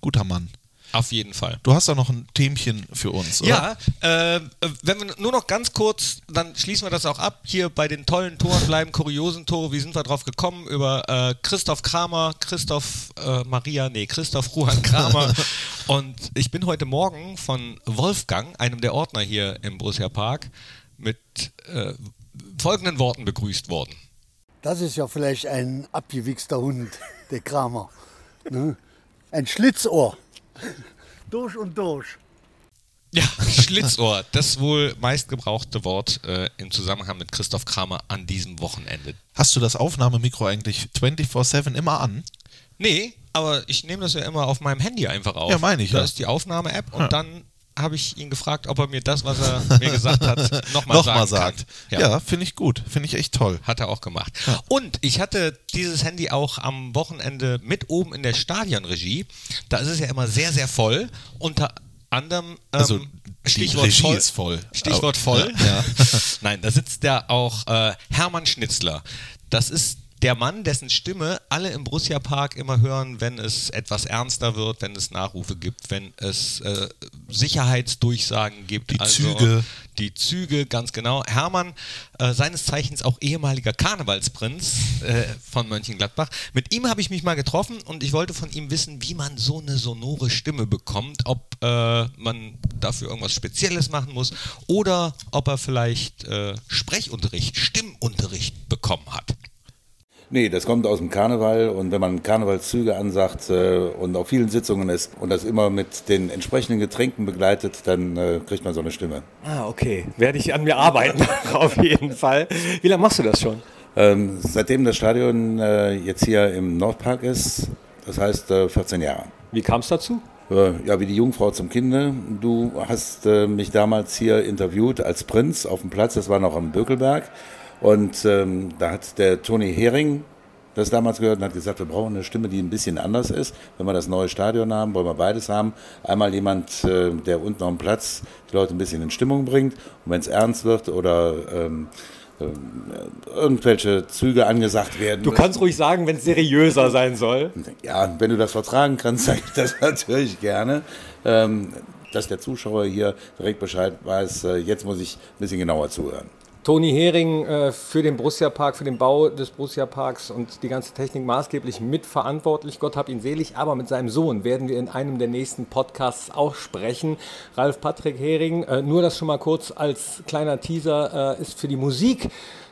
Guter Mann.
Auf jeden Fall.
Du hast da noch ein Themchen für uns, oder?
Ja, äh, wenn wir nur noch ganz kurz, dann schließen wir das auch ab. Hier bei den tollen Toren bleiben, kuriosen Tore. Wie sind wir drauf gekommen? Über äh, Christoph Kramer, Christoph äh, Maria, nee, Christoph Ruhan Kramer. Und ich bin heute Morgen von Wolfgang, einem der Ordner hier im Borussia Park, mit äh, folgenden Worten begrüßt worden.
Das ist ja vielleicht ein abgewichster Hund, der Kramer. Ne? Ein Schlitzohr. Durch und durch.
Ja, Schlitzohr, das wohl meistgebrauchte Wort äh, im Zusammenhang mit Christoph Kramer an diesem Wochenende.
Hast du das Aufnahmemikro eigentlich 24-7 immer an?
Nee, aber ich nehme das ja immer auf meinem Handy einfach auf.
Ja, meine ich,
Da
ja.
ist die Aufnahme-App und dann habe ich ihn gefragt, ob er mir das, was er mir gesagt hat, nochmal sagen
Nochmal sagt.
kann.
Ja, finde ich gut. Finde ich echt toll.
Hat er auch gemacht. Und ich hatte dieses Handy auch am Wochenende mit oben in der Stadionregie. Da ist es ja immer sehr, sehr voll. Unter anderem ähm,
Also, die Regie ist voll.
Stichwort
Au-
voll.
Ja.
Nein, da sitzt ja auch äh, Hermann Schnitzler. Das ist der Mann, dessen Stimme alle im Borussia Park immer hören, wenn es etwas ernster wird, wenn es Nachrufe gibt, wenn es äh, Sicherheitsdurchsagen gibt. Also
Die Züge.
Die Züge, ganz genau. Hermann, äh, seines Zeichens auch ehemaliger Karnevalsprinz äh, von Mönchengladbach. Mit ihm habe ich mich mal getroffen und ich wollte von ihm wissen, wie man so eine sonore Stimme bekommt, ob äh, man dafür irgendwas Spezielles machen muss oder ob er vielleicht äh, Sprechunterricht, Stimmunterricht bekommen hat.
Nee, das kommt aus dem Karneval und wenn man Karnevalszüge ansagt äh, und auf vielen Sitzungen ist und das immer mit den entsprechenden Getränken begleitet, dann äh, kriegt man so eine Stimme.
Ah, okay. Werde ich an mir arbeiten, auf jeden Fall. Wie lange machst du das schon?
Ähm, seitdem das Stadion äh, jetzt hier im Nordpark ist, das heißt äh, 14 Jahre.
Wie kam es dazu?
Äh, ja, wie die Jungfrau zum Kinde. Du hast äh, mich damals hier interviewt als Prinz auf dem Platz, das war noch am Bökelberg. Und ähm, da hat der Toni Hering das damals gehört und hat gesagt, wir brauchen eine Stimme, die ein bisschen anders ist. Wenn wir das neue Stadion haben, wollen wir beides haben. Einmal jemand, äh, der unten am Platz die Leute ein bisschen in Stimmung bringt. Und wenn es ernst wird oder ähm, ähm, irgendwelche Züge angesagt werden.
Du kannst ruhig sagen, wenn es seriöser sein soll.
Ja, wenn du das vertragen kannst, sage ich das natürlich gerne. Ähm, dass der Zuschauer hier direkt Bescheid weiß, äh, jetzt muss ich ein bisschen genauer zuhören.
Toni Hering äh, für den Borussia Park, für den Bau des Borussia Parks und die ganze Technik maßgeblich mitverantwortlich. Gott hab ihn selig, aber mit seinem Sohn werden wir in einem der nächsten Podcasts auch sprechen. Ralf Patrick Hering, äh, nur das schon mal kurz als kleiner Teaser, äh, ist für die Musik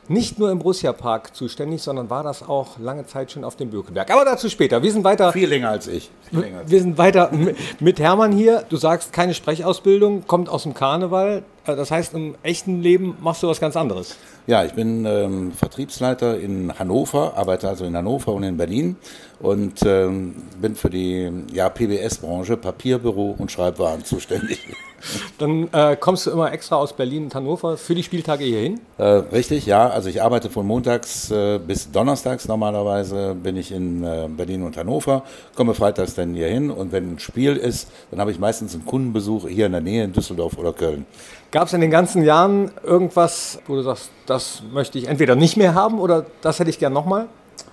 nicht nur im Borussia Park zuständig, sondern war das auch lange Zeit schon auf dem Birkenberg. Aber dazu später. Wir sind weiter
Viel länger als ich. Viel länger als ich.
Wir sind weiter m- mit Hermann hier. Du sagst, keine Sprechausbildung, kommt aus dem Karneval. Äh, Das heißt, im echten Leben machst du was ganz anderes.
Ja, ich bin ähm, Vertriebsleiter in Hannover, arbeite also in Hannover und in Berlin und ähm, bin für die ja, PBS-Branche, Papierbüro und Schreibwaren zuständig.
Dann äh, kommst du immer extra aus Berlin und Hannover für die Spieltage hierhin.
Äh, richtig, ja. Also ich arbeite von montags äh, bis donnerstags normalerweise, bin ich in äh, Berlin und Hannover, komme freitags dann hier hin und wenn ein Spiel ist, dann habe ich meistens einen Kundenbesuch hier in der Nähe in Düsseldorf oder Köln.
Gab es in den ganzen Jahren irgendwas, wo du sagst, das möchte ich entweder nicht mehr haben oder das hätte ich gern nochmal?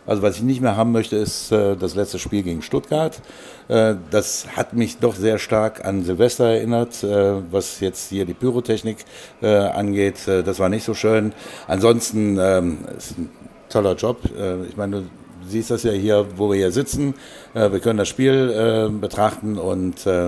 Also was ich nicht mehr haben möchte, ist äh, das letzte Spiel gegen Stuttgart. Äh, das hat mich doch sehr stark an Silvester erinnert, äh, was jetzt hier die Pyrotechnik äh, angeht. Äh, das war nicht so schön. Ansonsten ähm, ist ein toller Job. Äh, ich meine, du siehst das ja hier, wo wir hier sitzen. Äh, wir können das Spiel äh, betrachten und äh,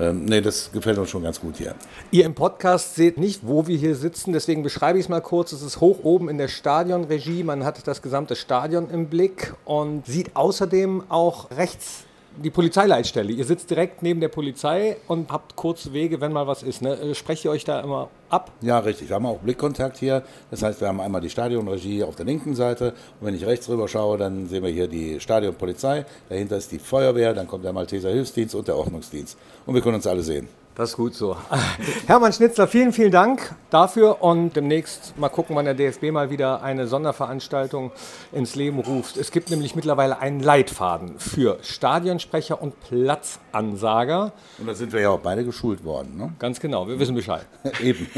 äh, nee, das gefällt uns schon ganz gut hier.
Ihr im Podcast seht nicht, wo wir hier sitzen, deswegen beschreibe ich es mal kurz. Es ist hoch oben in der Stadionregie, man hat das gesamte Stadion im Blick und sieht außerdem auch rechts die Polizeileitstelle. Ihr sitzt direkt neben der Polizei und habt kurze Wege, wenn mal was ist. Ne? Äh, Sprecht ihr euch da immer ab?
Ja, richtig. Wir haben auch Blickkontakt hier. Das heißt, wir haben einmal die Stadionregie auf der linken Seite. Und wenn ich rechts rüber schaue, dann sehen wir hier die Stadionpolizei. Dahinter ist die Feuerwehr, dann kommt der Malteser Hilfsdienst und der Ordnungsdienst. Und wir können uns alle sehen.
Das ist gut so. Hermann Schnitzler, vielen, vielen Dank dafür und demnächst mal gucken, wann der DFB mal wieder eine Sonderveranstaltung ins Leben ruft. Es gibt nämlich mittlerweile einen Leitfaden für Stadionsprecher und Platzansager.
Und da sind wir ja auch beide geschult worden. Ne?
Ganz genau, wir wissen Bescheid.
Eben.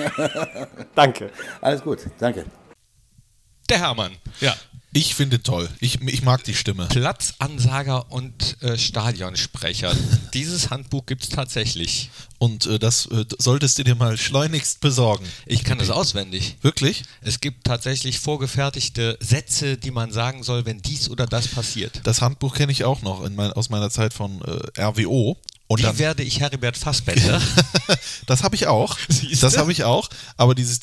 Danke.
Alles gut. Danke.
Der Hermann. Ja.
Ich finde toll. Ich, ich mag die Stimme.
Platzansager und äh, Stadionsprecher. Dieses Handbuch gibt es tatsächlich.
Und äh, das äh, solltest du dir mal schleunigst besorgen.
Ich kann das auswendig.
Wirklich?
Es gibt tatsächlich vorgefertigte Sätze, die man sagen soll, wenn dies oder das passiert.
Das Handbuch kenne ich auch noch in mein, aus meiner Zeit von äh, RWO. Und
Wie werde ich Heribert Fassbender?
das habe ich auch.
Siehste?
Das habe ich auch. Aber dieses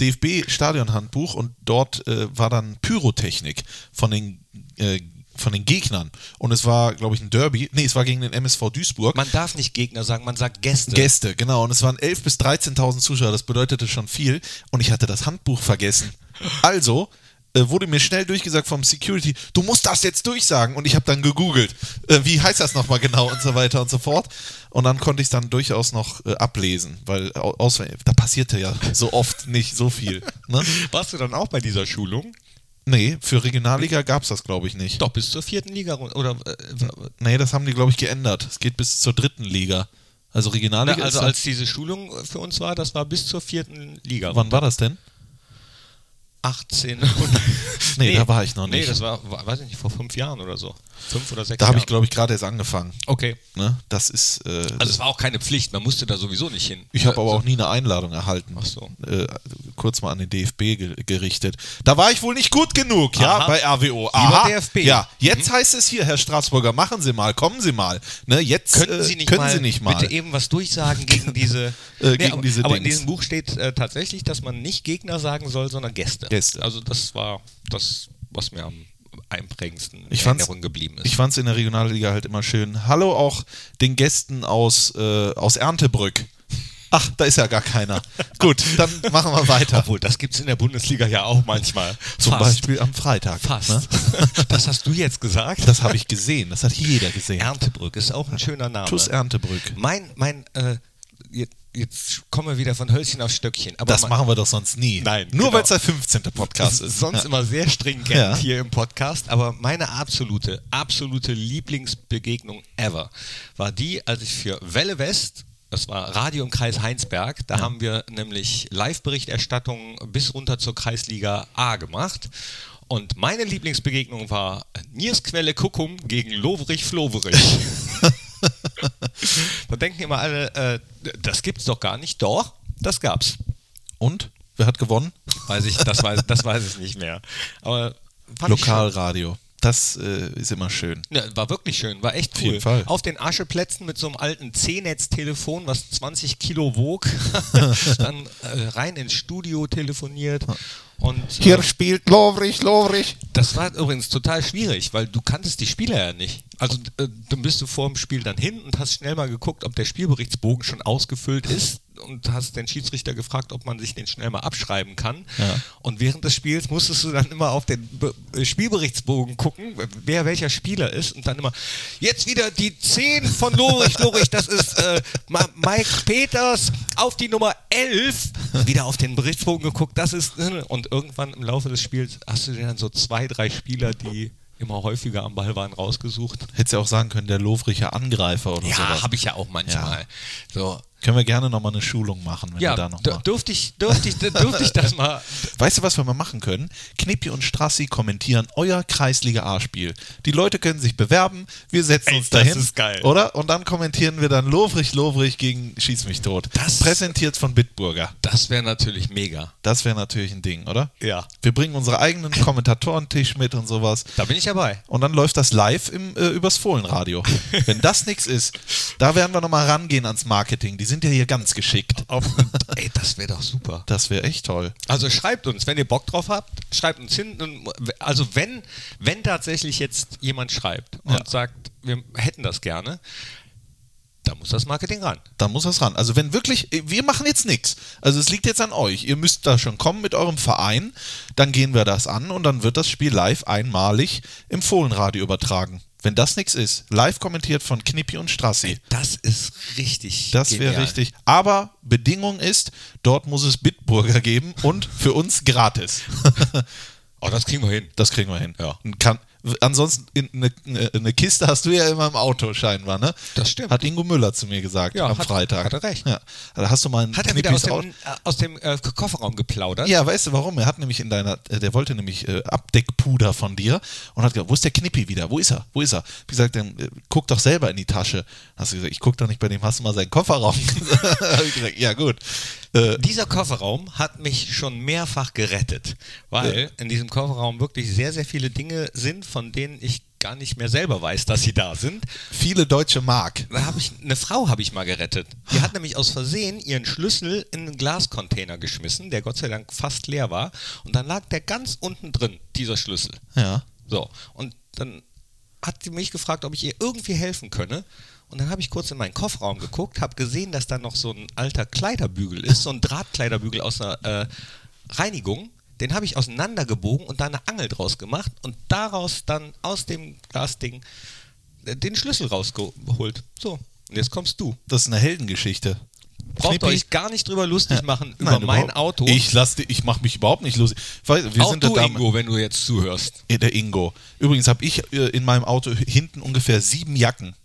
DFB-Stadionhandbuch und dort äh, war dann Pyrotechnik von den, äh, von den Gegnern. Und es war, glaube ich, ein Derby. Nee, es war gegen den MSV Duisburg.
Man darf nicht Gegner sagen, man sagt Gäste.
Gäste, genau. Und es waren 11.000 bis 13.000 Zuschauer. Das bedeutete schon viel. Und ich hatte das Handbuch vergessen. Also äh, wurde mir schnell durchgesagt vom Security, du musst das jetzt durchsagen. Und ich habe dann gegoogelt, äh, wie heißt das nochmal genau und so weiter und so fort. Und dann konnte ich es dann durchaus noch äh, ablesen, weil au- auswendig, da passierte ja so oft nicht so viel. Ne?
Warst du dann auch bei dieser Schulung?
Nee, für Regionalliga gab es das, glaube ich, nicht.
Doch, bis zur vierten Liga. rund- Oder, äh,
Nee, das haben die, glaube ich, geändert. Es geht bis zur dritten Liga. Also Regionalliga.
also
ist
als diese Schulung äh, für uns war, das war bis zur vierten Liga.
dann, wann war das denn?
18.
Nee, da war ich noch
Nee,
nicht.
das war, war, weiß ich nicht, vor fünf Jahren oder so. Fünf oder sechs
Da habe ich,
Jahren.
glaube ich, gerade erst angefangen.
Okay.
Ne? Das ist. Äh,
Also es war auch keine Pflicht, man musste da sowieso nicht hin.
ich habe aber
Also,
auch nie eine Einladung erhalten.
Ach so.
Äh, kurz mal an den DFB ge gerichtet. Da war ich wohl nicht gut genug, ja,
Aha.
bei RWO. Aha.
DFB.
Ja, jetzt
Mhm.
heißt es hier, Herr Straßburger, machen Sie mal, kommen Sie mal. Ne, jetzt
Könnten
äh,
Sie nicht,
können
mal,
Sie nicht mal.
bitte eben was durchsagen gegen diese.
Äh, gegen
aber,
diese
aber in
Dings.
diesem Buch steht äh, tatsächlich, dass man nicht Gegner sagen soll, sondern Gäste.
Gäste.
Also das war das, was mir am einprägendsten in
Ich fand's-
Erinnerung geblieben ist.
Ich fand es in der Regionalliga halt immer schön. Hallo auch den Gästen aus, äh, aus Erntebrück. Ach, da ist ja gar keiner. Gut, dann machen wir weiter.
Obwohl, das gibt es in der Bundesliga ja auch manchmal.
Zum
Fast.
Beispiel am Freitag.
Fast.
ne?
Das hast du jetzt gesagt.
Das habe ich gesehen. Das hat jeder gesehen.
Erntebrück ist auch ein schöner Name.
TuS Erntebrück.
Mein, mein, äh, jetzt, jetzt kommen wir wieder von Hölzchen auf Stöckchen. Aber
das
man-
machen wir doch sonst nie.
Nein,
Nur
genau.
weil es der 15. Podcast ist.
sonst
ja.
immer sehr stringent
Ja.
hier im Podcast, aber meine absolute, absolute Lieblingsbegegnung ever war die, als ich für Welle West, das war Radio im Kreis Heinsberg, da haben wir nämlich Live-Berichterstattung bis runter zur Kreisliga A gemacht. Und meine Lieblingsbegegnung war Niersquelle Kuckum gegen Lovrich Flovrich. da denken immer alle, äh, das gibt's doch gar nicht. Doch, das gab's.
Und? Wer hat gewonnen?
Weiß ich, das weiß, das weiß ich nicht mehr. Aber fand ich
Lokalradio. Das äh, ist immer schön.
schön. Ja, war wirklich schön, war echt cool.
jeden Fall.
Auf den Ascheplätzen mit so einem alten C-Netz-Telefon, was 20 Kilo wog, dann äh, rein ins Studio telefoniert und äh,
spielt Lovrich, Lovrich.
das war übrigens total schwierig, weil du kanntest die Spieler ja nicht. Also äh, dann bist du vor dem Spiel dann hin und hast schnell mal geguckt, ob der Spielberichtsbogen schon ausgefüllt ist und hast den Schiedsrichter gefragt, ob man sich den schnell mal abschreiben kann. Und während des Spiels musstest du dann immer auf den Be äh, Spielberichtsbogen gucken, wer welcher Spieler ist und dann immer, jetzt wieder die 10 von Lorich, Lorich, das ist äh, Ma- Mike Peters auf die Nummer 11, wieder auf den Berichtsbogen geguckt, das ist, ne, und irgendwann im Laufe des Spiels hast du dir dann so zwei, drei Spieler, die immer häufiger am Ball waren, rausgesucht.
Hättest ja auch sagen können, der Lovricher Angreifer oder
Ja,
sowas.
habe ich ja auch manchmal. So.
Können wir gerne nochmal eine Schulung machen, wenn
Ja,
wir da noch
dür-
mal-
dürfte ich, dürfte ich, dürfte ich das mal.
Weißt du, was wir mal machen können? Knippi und Strassi kommentieren euer Kreisliga-A-Spiel. Die Leute können sich bewerben, wir setzen
Ey,
uns
das
dahin.
ist geil.
Oder? Und dann kommentieren wir dann Lovrig, Lovrig gegen Schieß mich tot.
Das-
Präsentiert von Bitburger.
Das wäre natürlich mega.
Das wäre natürlich ein Ding, oder?
Ja.
Wir bringen unsere eigenen Kommentatorentisch mit und sowas.
Da bin ich dabei.
Und dann läuft das live im, äh, übers Fohlenradio. Wenn das nichts ist, da werden wir nochmal rangehen ans Marketing. Die sind ja hier ganz geschickt.
Ey, das wäre doch super.
Das wäre echt toll.
Also schreibt uns, wenn ihr Bock drauf habt, schreibt uns hin. Und, also wenn, wenn tatsächlich jetzt jemand schreibt und
Ja.
sagt, wir hätten das gerne, da muss das Marketing ran.
Da muss das ran. Also wenn wirklich, wir machen jetzt nichts. Also es liegt jetzt an euch. Ihr müsst da schon kommen mit eurem Verein. Dann gehen wir das an und dann wird das Spiel live einmalig im Fohlenradio übertragen. Wenn das nichts ist, live kommentiert von Knippi und Strassi.
Das ist richtig.
Das wäre
genial.
richtig. Aber Bedingung ist, dort muss es Bitburger geben und für uns gratis.
Oh, das kriegen wir hin. Hm.
Das kriegen wir hin.
Ja.
Und Kann, ansonsten in- eine, eine Kiste hast du ja immer im Auto scheinbar, ne?
Das stimmt.
Hat Ingo Müller zu mir gesagt
Ja,
am
hat-
Freitag.
hat er recht.
Ja. Da hast du mal einen
Hat er wieder aus
Knippis Auto-
dem, äh, aus dem äh, Kofferraum geplaudert?
Ja, weißt du warum? Er hat nämlich in deiner, äh, der wollte nämlich äh, Abdeckpuder von dir und hat gesagt, wo ist der Knippi wieder? Wo ist er? Wo ist er? Wie gesagt, dann äh, guck doch selber in die Tasche. Hast du gesagt, ich guck doch nicht bei dem, hast du mal seinen Kofferraum? Hab ich gesagt, ja gut. Äh,
Dieser Kofferraum hat mich schon mehrfach gerettet, weil
Ja.
in diesem Kofferraum wirklich sehr, sehr viele Dinge sind, von denen ich gar nicht mehr selber weiß, dass sie da sind.
viele deutsche Mark.
Da hab ich, eine Frau habe ich mal gerettet. Die hat nämlich aus Versehen ihren Schlüssel in einen Glascontainer geschmissen, der Gott sei Dank fast leer war. Und dann lag der ganz unten drin, dieser Schlüssel.
Ja.
So, und dann hat sie mich gefragt, ob ich ihr irgendwie helfen könne. Und dann habe ich kurz in meinen Kofferraum geguckt, habe gesehen, dass da noch so ein alter Kleiderbügel ist, so ein Drahtkleiderbügel aus einer äh, Reinigung. Den habe ich auseinandergebogen und da eine Angel draus gemacht und daraus dann aus dem Glasding äh, den Schlüssel rausgeholt. So, und jetzt kommst du.
Das ist eine Heldengeschichte.
Braucht
Knippi-
euch gar nicht drüber lustig machen über
Nein,
mein
überhaupt-
Auto.
Ich lass dich, ich mache mich überhaupt nicht lustig. Weil wir
Auch
sind
du,
da
Ingo, wenn du jetzt zuhörst.
Äh, Der Ingo. Übrigens habe ich äh, in meinem Auto hinten ungefähr sieben Jacken.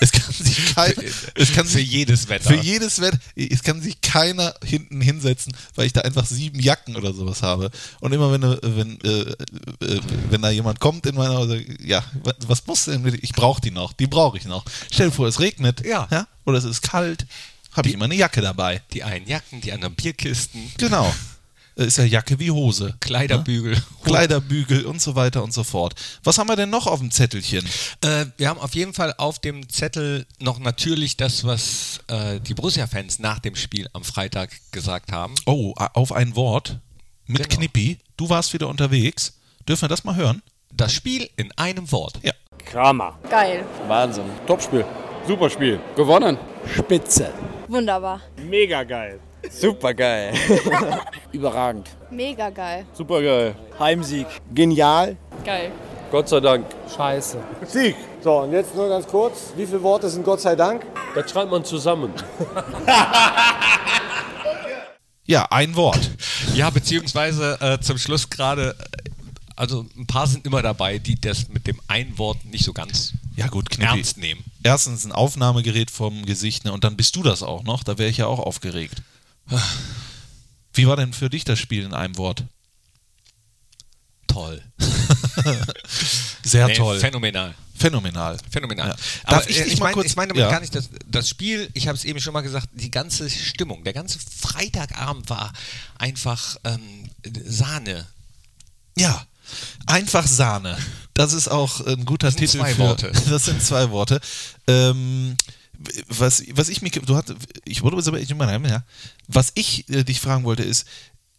Es kann sich kein, es kann
Für
sich,
jedes Wetter.
Für jedes Wetter. Es kann sich keiner hinten hinsetzen, weil ich da einfach sieben Jacken oder sowas habe. Und immer wenn, äh, wenn, äh, äh, wenn da jemand kommt in meiner, also, ja, wa- was muss denn mit, ich brauche die noch, die brauche ich noch. Stell dir vor, es regnet
Ja.
oder es ist kalt, habe ich immer eine Jacke dabei.
Die einen Jacken, die anderen Bierkisten.
Genau. Äh, Ist ja Jacke wie Hose.
Kleiderbügel.
Ja? Kleiderbügel und so weiter und so fort. Was haben wir denn noch auf dem Zettelchen?
Äh, wir haben auf jeden Fall auf dem Zettel noch natürlich das, was äh, die Borussia-Fans nach dem Spiel am Freitag gesagt haben.
Oh, a- auf ein Wort mit
Genau.
Knippi. Du warst wieder unterwegs. Dürfen wir das mal hören?
Das Spiel in einem Wort.
Ja.
Kramer.
Geil.
Wahnsinn.
Topspiel. Super Spiel.
Gewonnen.
Spitze.
Wunderbar.
Mega geil.
Super geil. Überragend.
Mega geil.
Super geil.
Heimsieg.
Genial.
Geil.
Gott sei Dank.
Scheiße.
Sieg.
So, und jetzt nur ganz kurz. Wie viele Worte sind Gott sei Dank?
Das schreibt man zusammen.
Ja, ein Wort.
Ja, beziehungsweise äh, zum Schluss gerade, äh, also ein paar sind immer dabei, die das mit dem einen Wort nicht so ganz
Ja, gut, Knippi.
ernst nehmen.
Erstens ein Aufnahmegerät vom Gesicht ne? und dann bist du das auch noch. Da wäre ich ja auch aufgeregt. Wie war denn für dich das Spiel in einem Wort?
Toll.
Sehr
Nee,
toll.
Phänomenal.
Phänomenal.
Phänomenal.
Ja.
Aber
Darf ich
äh,
dich
ich
mal
meine
kurz-
ich meine damit
Ja.
gar nicht das, das Spiel, ich habe es eben schon mal gesagt, die ganze Stimmung, der ganze Freitagabend war einfach ähm, Sahne.
Ja, einfach Sahne. Das ist auch ein guter
Das sind
Titel.
zwei
für,
Worte.
Das sind zwei Worte. Ähm, was, was ich mich, du hast, ich wurde aber, ich meine, ja, was ich äh, dich fragen wollte ist,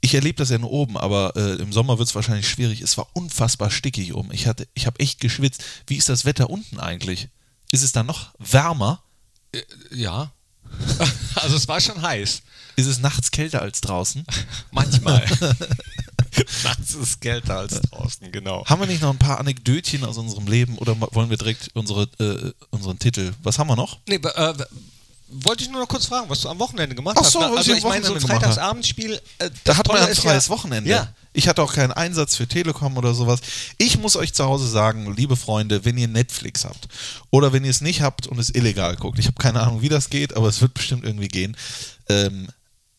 ich erlebe das ja nur oben, aber äh, im Sommer wird es wahrscheinlich schwierig. Es war unfassbar stickig oben. Ich hatte, ich habe echt geschwitzt. Wie ist das Wetter unten eigentlich? Ist es dann noch wärmer?
Ja. Also es war schon heiß.
Ist es nachts kälter als draußen?
Manchmal. Nachts ist es kälter als draußen, genau.
Haben wir nicht noch ein paar Anekdötchen aus unserem Leben oder wollen wir direkt unsere, äh, unseren Titel? Was haben wir noch?
Nee, be- äh, be- wollte ich nur noch kurz fragen, was du am Wochenende gemacht
Ach
hast.
so,
ne?
was
also
ich am
ich meine, so ein
Wochenende gemacht habe.
Freitagsabendspiel, äh,
Da
das
hat man
Tolle
ein
ist
freies
ja-
Wochenende.
Ja.
Ich hatte auch keinen Einsatz für Telekom oder sowas. Ich muss euch zu Hause sagen, liebe Freunde, wenn ihr Netflix habt oder wenn ihr es nicht habt und es illegal guckt, ich habe keine Ahnung, wie das geht, aber es wird bestimmt irgendwie gehen. Ähm,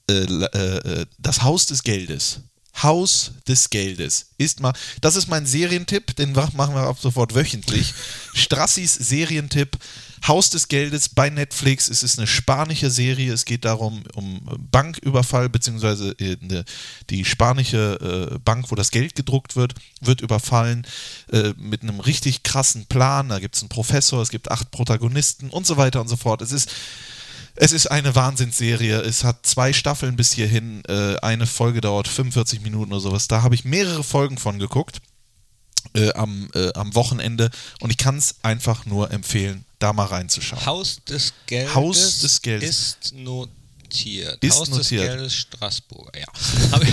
äh, äh, äh, das Haus des Geldes. Haus des Geldes ist mal, das ist mein Serientipp, den wa- machen wir ab sofort wöchentlich. Strassis Serientipp, Haus des Geldes bei Netflix. Es ist eine spanische Serie. Es geht darum, um Banküberfall, beziehungsweise äh, ne- die spanische äh, Bank, wo das Geld gedruckt wird, wird überfallen äh, mit einem richtig krassen Plan. Da gibt es einen Professor, es gibt acht Protagonisten und so weiter und so fort. Es ist Es ist eine Wahnsinnsserie. Es hat zwei Staffeln bis hierhin. Äh, eine Folge dauert 45 Minuten oder sowas. Da habe ich mehrere Folgen von geguckt äh, am, äh, am Wochenende und ich kann es einfach nur empfehlen, da mal reinzuschauen.
Haus des Geldes,
Haus des Geldes.
ist notiert.
Ist
Haus
notiert.
des Geldes Straßburger, ja. Habe ich,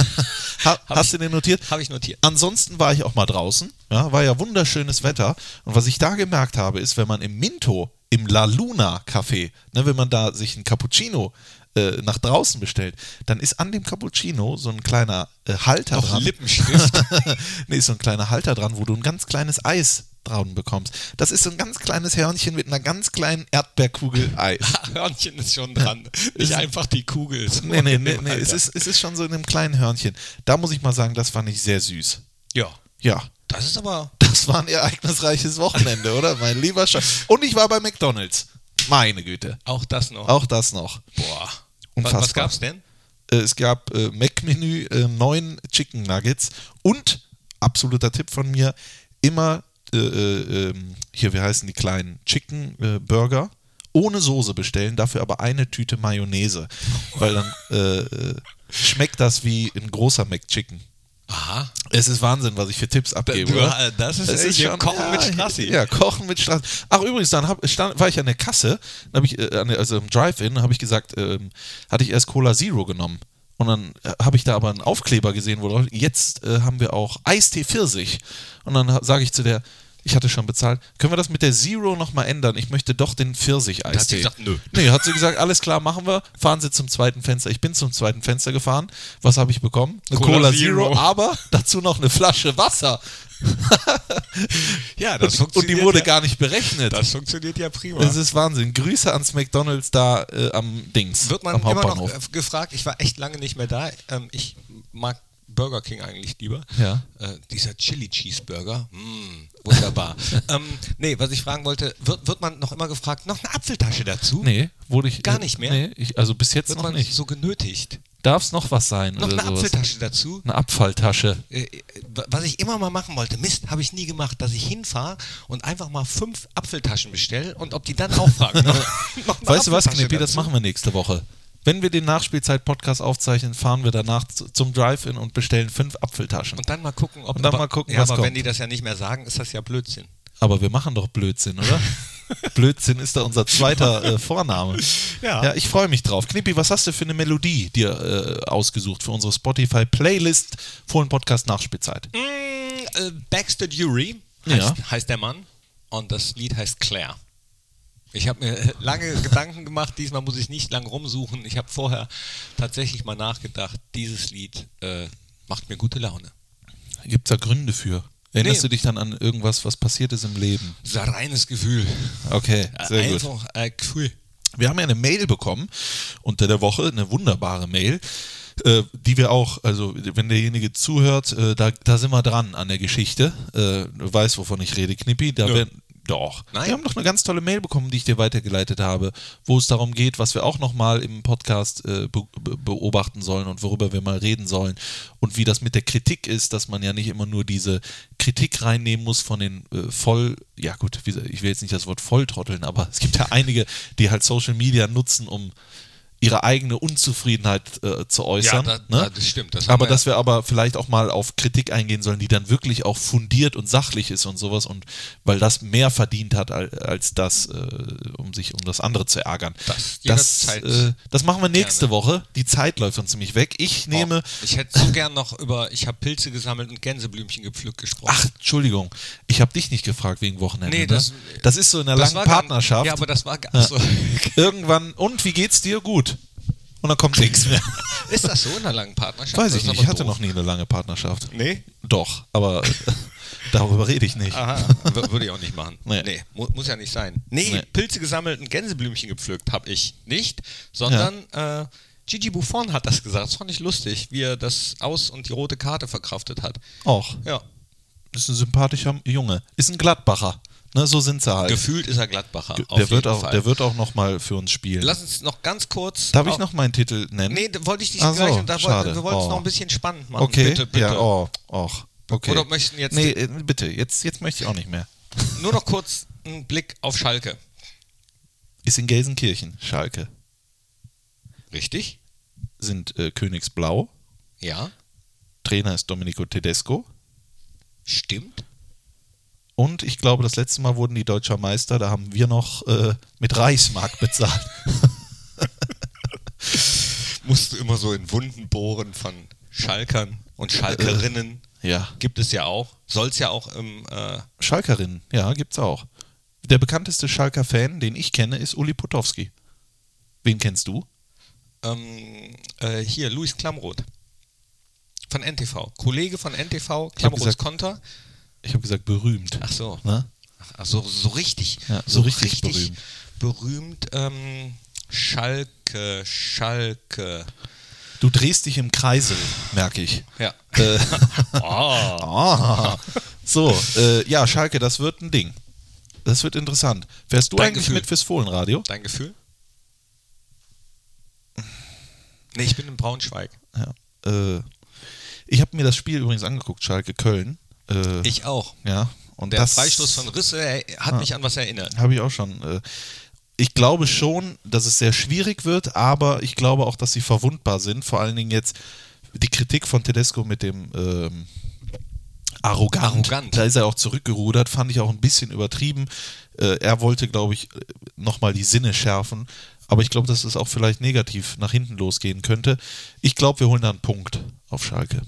Ha,
hab
hast
ich,
du den notiert?
Habe ich notiert.
Ansonsten war ich auch mal draußen. Ja, war ja wunderschönes Wetter. Und was ich da gemerkt habe, ist, wenn man im Minto, im La Luna Café, ne, wenn man da sich ein Cappuccino äh, nach draußen bestellt, dann ist an dem Cappuccino so ein kleiner äh, Halter
Noch
dran.
Lippenstift.
nee, ist so ein kleiner Halter dran, wo du ein ganz kleines Eis dran bekommst. Das ist so ein ganz kleines Hörnchen mit einer ganz kleinen Erdbeerkugel Eis.
Hörnchen ist schon dran. Nicht einfach die Kugel. Ist
Nee, nee, nee,
unangenehm,
nee. Es,
Alter.
ist, es ist schon so in einem kleinen Hörnchen. Da muss ich mal sagen, das fand ich sehr süß.
Ja,
Ja.
das ist aber.
Das war ein ereignisreiches Wochenende, oder? Mein lieber Schatz. Und ich war bei McDonalds. Meine Güte.
Auch das noch.
Auch das noch.
Boah. Was,
Unfassbar.
was gab's denn?
Äh, Es gab äh, Mac-Menü, äh, neun Chicken Nuggets und, absoluter Tipp von mir, immer äh, äh, ähm, hier, wie heißen die kleinen Chicken äh, Burger ohne Soße bestellen, dafür aber eine Tüte Mayonnaise. Weil dann äh, äh, schmeckt das wie ein großer McChicken.
Aha.
Es ist Wahnsinn, was ich für Tipps abgebe.
du,
oder?
das ist echt hier Kochen mit Strassi.
Ja, Kochen mit Strassi. Ach, übrigens, dann hab, stand, war ich an der Kasse, dann hab ich, äh, an der, also im Drive-In, habe ich gesagt, ähm, hatte ich erst Cola Zero genommen. Und dann äh, habe ich da aber einen Aufkleber gesehen, wo drauf- jetzt äh, haben wir auch Eistee Pfirsich. Und dann sage ich zu der, ich hatte schon bezahlt, können wir das mit der Zero nochmal ändern? Ich möchte doch den Pfirsich-Eistee.
hat sie gesagt, nö.
Nee, hat sie gesagt, alles klar, machen wir. Fahren Sie zum zweiten Fenster. Ich bin zum zweiten Fenster gefahren. Was habe ich bekommen? Eine Cola,
Cola
Zero.
Zero.
aber dazu noch eine Flasche Wasser.
Ja, das
und, und die
funktioniert
wurde
ja.
gar nicht berechnet. Das,
Das funktioniert ja prima.
ist Wahnsinn. Grüße ans McDonalds da äh, am Dings.
Wird man
am
immer
Hauptbahnhof.
noch äh, gefragt, ich war echt lange nicht mehr da. Ähm, ich mag Burger King eigentlich lieber.
Ja.
Äh, dieser Chili Cheeseburger. Mm, wunderbar. ähm, nee, was ich fragen wollte, wird, wird man noch immer gefragt, noch eine Apfeltasche dazu?
Nee, wurde ich.
Gar
äh,
nicht mehr?
Nee, ich, also bis jetzt
Wird
noch
man
nicht.
so genötigt?
Darf es noch was sein?
Noch
oder
eine
sowas?
Apfeltasche dazu?
Eine Abfalltasche.
Äh, äh, Was ich immer mal machen wollte, Mist, habe ich nie gemacht, dass ich hinfahre und einfach mal fünf Apfeltaschen bestelle und ob die dann auch fragen. ne? Noch eine
Weißt du was,
Apfeltasche
Knippi, das
dazu?
machen wir nächste Woche. Wenn wir den Nachspielzeit-Podcast aufzeichnen, fahren wir danach zu- zum Drive-In und bestellen fünf Apfeltaschen.
Und dann mal gucken, ob
Und dann
aber-
mal gucken,
ja,
was
aber wenn
kommt.
die das ja nicht mehr sagen, ist das ja Blödsinn.
Aber wir machen doch Blödsinn, oder? Blödsinn ist da unser zweiter äh, Vorname.
Ja.
ich freue mich drauf. Knippi, was hast du für eine Melodie dir äh, ausgesucht für unsere Spotify-Playlist Fohlen Podcast Nachspielzeit?
Äh, Baxter Dury heißt,
Ja.
heißt der Mann und das Lied heißt Claire. Ich habe mir lange Gedanken gemacht, diesmal muss ich nicht lang rumsuchen. Ich habe vorher tatsächlich mal nachgedacht, dieses Lied äh, macht mir gute Laune.
Gibt es da Gründe für? Erinnerst
Nee.
du dich dann an irgendwas, was passiert ist im Leben?
Das ist ein reines Gefühl.
Okay, sehr gut.
Einfach ein Gefühl.
Wir haben ja eine Mail bekommen unter der Woche, eine wunderbare Mail, äh, die wir auch, also wenn derjenige zuhört, äh, da, da sind wir dran an der Geschichte. Äh, du weißt, wovon ich rede, Knippi. Da
Nö.
werden, doch.
Nein.
Wir haben doch eine ganz tolle Mail bekommen, die ich dir weitergeleitet habe, wo es darum geht, was wir auch nochmal im Podcast äh, be be beobachten sollen und worüber wir mal reden sollen und wie das mit der Kritik ist, dass man ja nicht immer nur diese Kritik reinnehmen muss von den äh, voll, ja gut, wie- ich will jetzt nicht das Wort Volltrotteln, aber es gibt ja einige, die halt Social Media nutzen, um ihre eigene Unzufriedenheit äh, zu äußern.
da-
ne?
da- das stimmt, das haben
aber
wir-
dass wir aber vielleicht auch mal auf Kritik eingehen sollen, die dann wirklich auch fundiert und sachlich ist und sowas und weil das mehr verdient hat al- als das, äh, um sich um das andere zu ärgern.
Das
das,
jederzeit
äh, das machen wir nächste
gerne.
Woche. Die Zeit läuft uns ziemlich weg. Ich nehme.
Oh, ich hätte so gern noch über, ich habe Pilze gesammelt und Gänseblümchen gepflückt gesprochen.
Ach, Entschuldigung, ich habe dich nicht gefragt wegen Wochenende.
Nee,
ne?
das-
das ist so in einer
Das
langen
war gar-
Partnerschaft.
Ja, aber das war gar so.
Irgendwann, und wie geht's dir? Gut. Und dann kommt nichts mehr.
Ist das so in einer langen Partnerschaft?
Weiß
Das
ich
ist
nicht,
aber
ich hatte
doof.
noch nie eine lange Partnerschaft.
Nee?
Doch, aber äh, darüber rede ich nicht.
Aha, wür- würde ich auch nicht machen.
Nee.
Nee, mu muss ja nicht sein. Nee,
Nee.
Pilze gesammelt und Gänseblümchen gepflückt habe ich nicht, sondern äh, Gigi Buffon hat das gesagt. Das fand ich lustig, wie er das Aus- und die rote Karte verkraftet hat.
Auch.
Ja,
Ist ein sympathischer Junge. Ist ein Gladbacher. Ne, so sind sie halt.
gefühlt ist er Gladbacher.
Ge-
auf
der, wird
jeden
auch,
Fall.
der wird auch nochmal für uns spielen.
Lass uns noch ganz kurz.
Darf ich
auch-
noch meinen Titel nennen?
Nee, da wollte ich dich
Ach
gleich.
so,
und da
schade.
wollten, wir wollten es
Oh.
noch ein bisschen spannend machen.
Okay,
Bitte, bitte.
Ja, oh, auch. Okay.
Oder möchten jetzt-
Nee, äh, bitte, jetzt, jetzt möchte ich auch nicht mehr.
Nur noch kurz einen Blick auf Schalke.
Ist in Gelsenkirchen, Schalke.
Richtig?
sind äh, Königsblau,
Ja.
Trainer ist Domenico Tedesco
Stimmt.
und ich glaube, das letzte Mal wurden die Deutscher Meister, da haben wir noch äh, mit Reichsmark bezahlt.
Musst du immer so in Wunden bohren von Schalkern und Schalkerinnen.
ja.
Gibt es ja auch. Soll es ja auch im. Äh,
Schalkerin, ja, gibt's auch. Der bekannteste Schalker-Fan, den ich kenne, ist Uli Potowski. Wen kennst du?
ähm, äh, hier, Luis Klamroth. Von NTV. Kollege von NTV,
Ich hab
Klamroths
gesagt-
Konter.
Ich habe gesagt, berühmt.
Ach so.
Ne?
Ach so, so richtig.
Ja, so richtig
berühmt. ähm, Schalke, Schalke.
Du drehst dich im Kreisel, merke ich.
Ja.
Äh,
Oh.
ah. So, äh, ja, Schalke, das wird ein Ding. Das wird interessant. Wärst du
Dein
eigentlich
Gefühl.
mit fürs Fohlenradio?
Dein Gefühl? Nee, ich bin in Braunschweig.
Ja. Äh, ich habe mir das Spiel übrigens angeguckt, Schalke Köln. Äh,
Ich auch.
ja, und
Der
das
Freistoß von Risse er, hat mich an was erinnert.
Habe ich auch schon. äh, Ich glaube schon, dass es sehr schwierig wird, aber ich glaube auch, dass sie verwundbar sind. Vor allen Dingen jetzt die Kritik von Tedesco mit dem ähm, arrogant.
Arrogant.
Da ist er auch zurückgerudert, fand ich auch ein bisschen übertrieben. Äh, er wollte, glaube ich, nochmal die Sinne schärfen. Aber ich glaube, dass es auch vielleicht negativ nach hinten losgehen könnte. Ich glaube, wir holen da einen Punkt auf Schalke.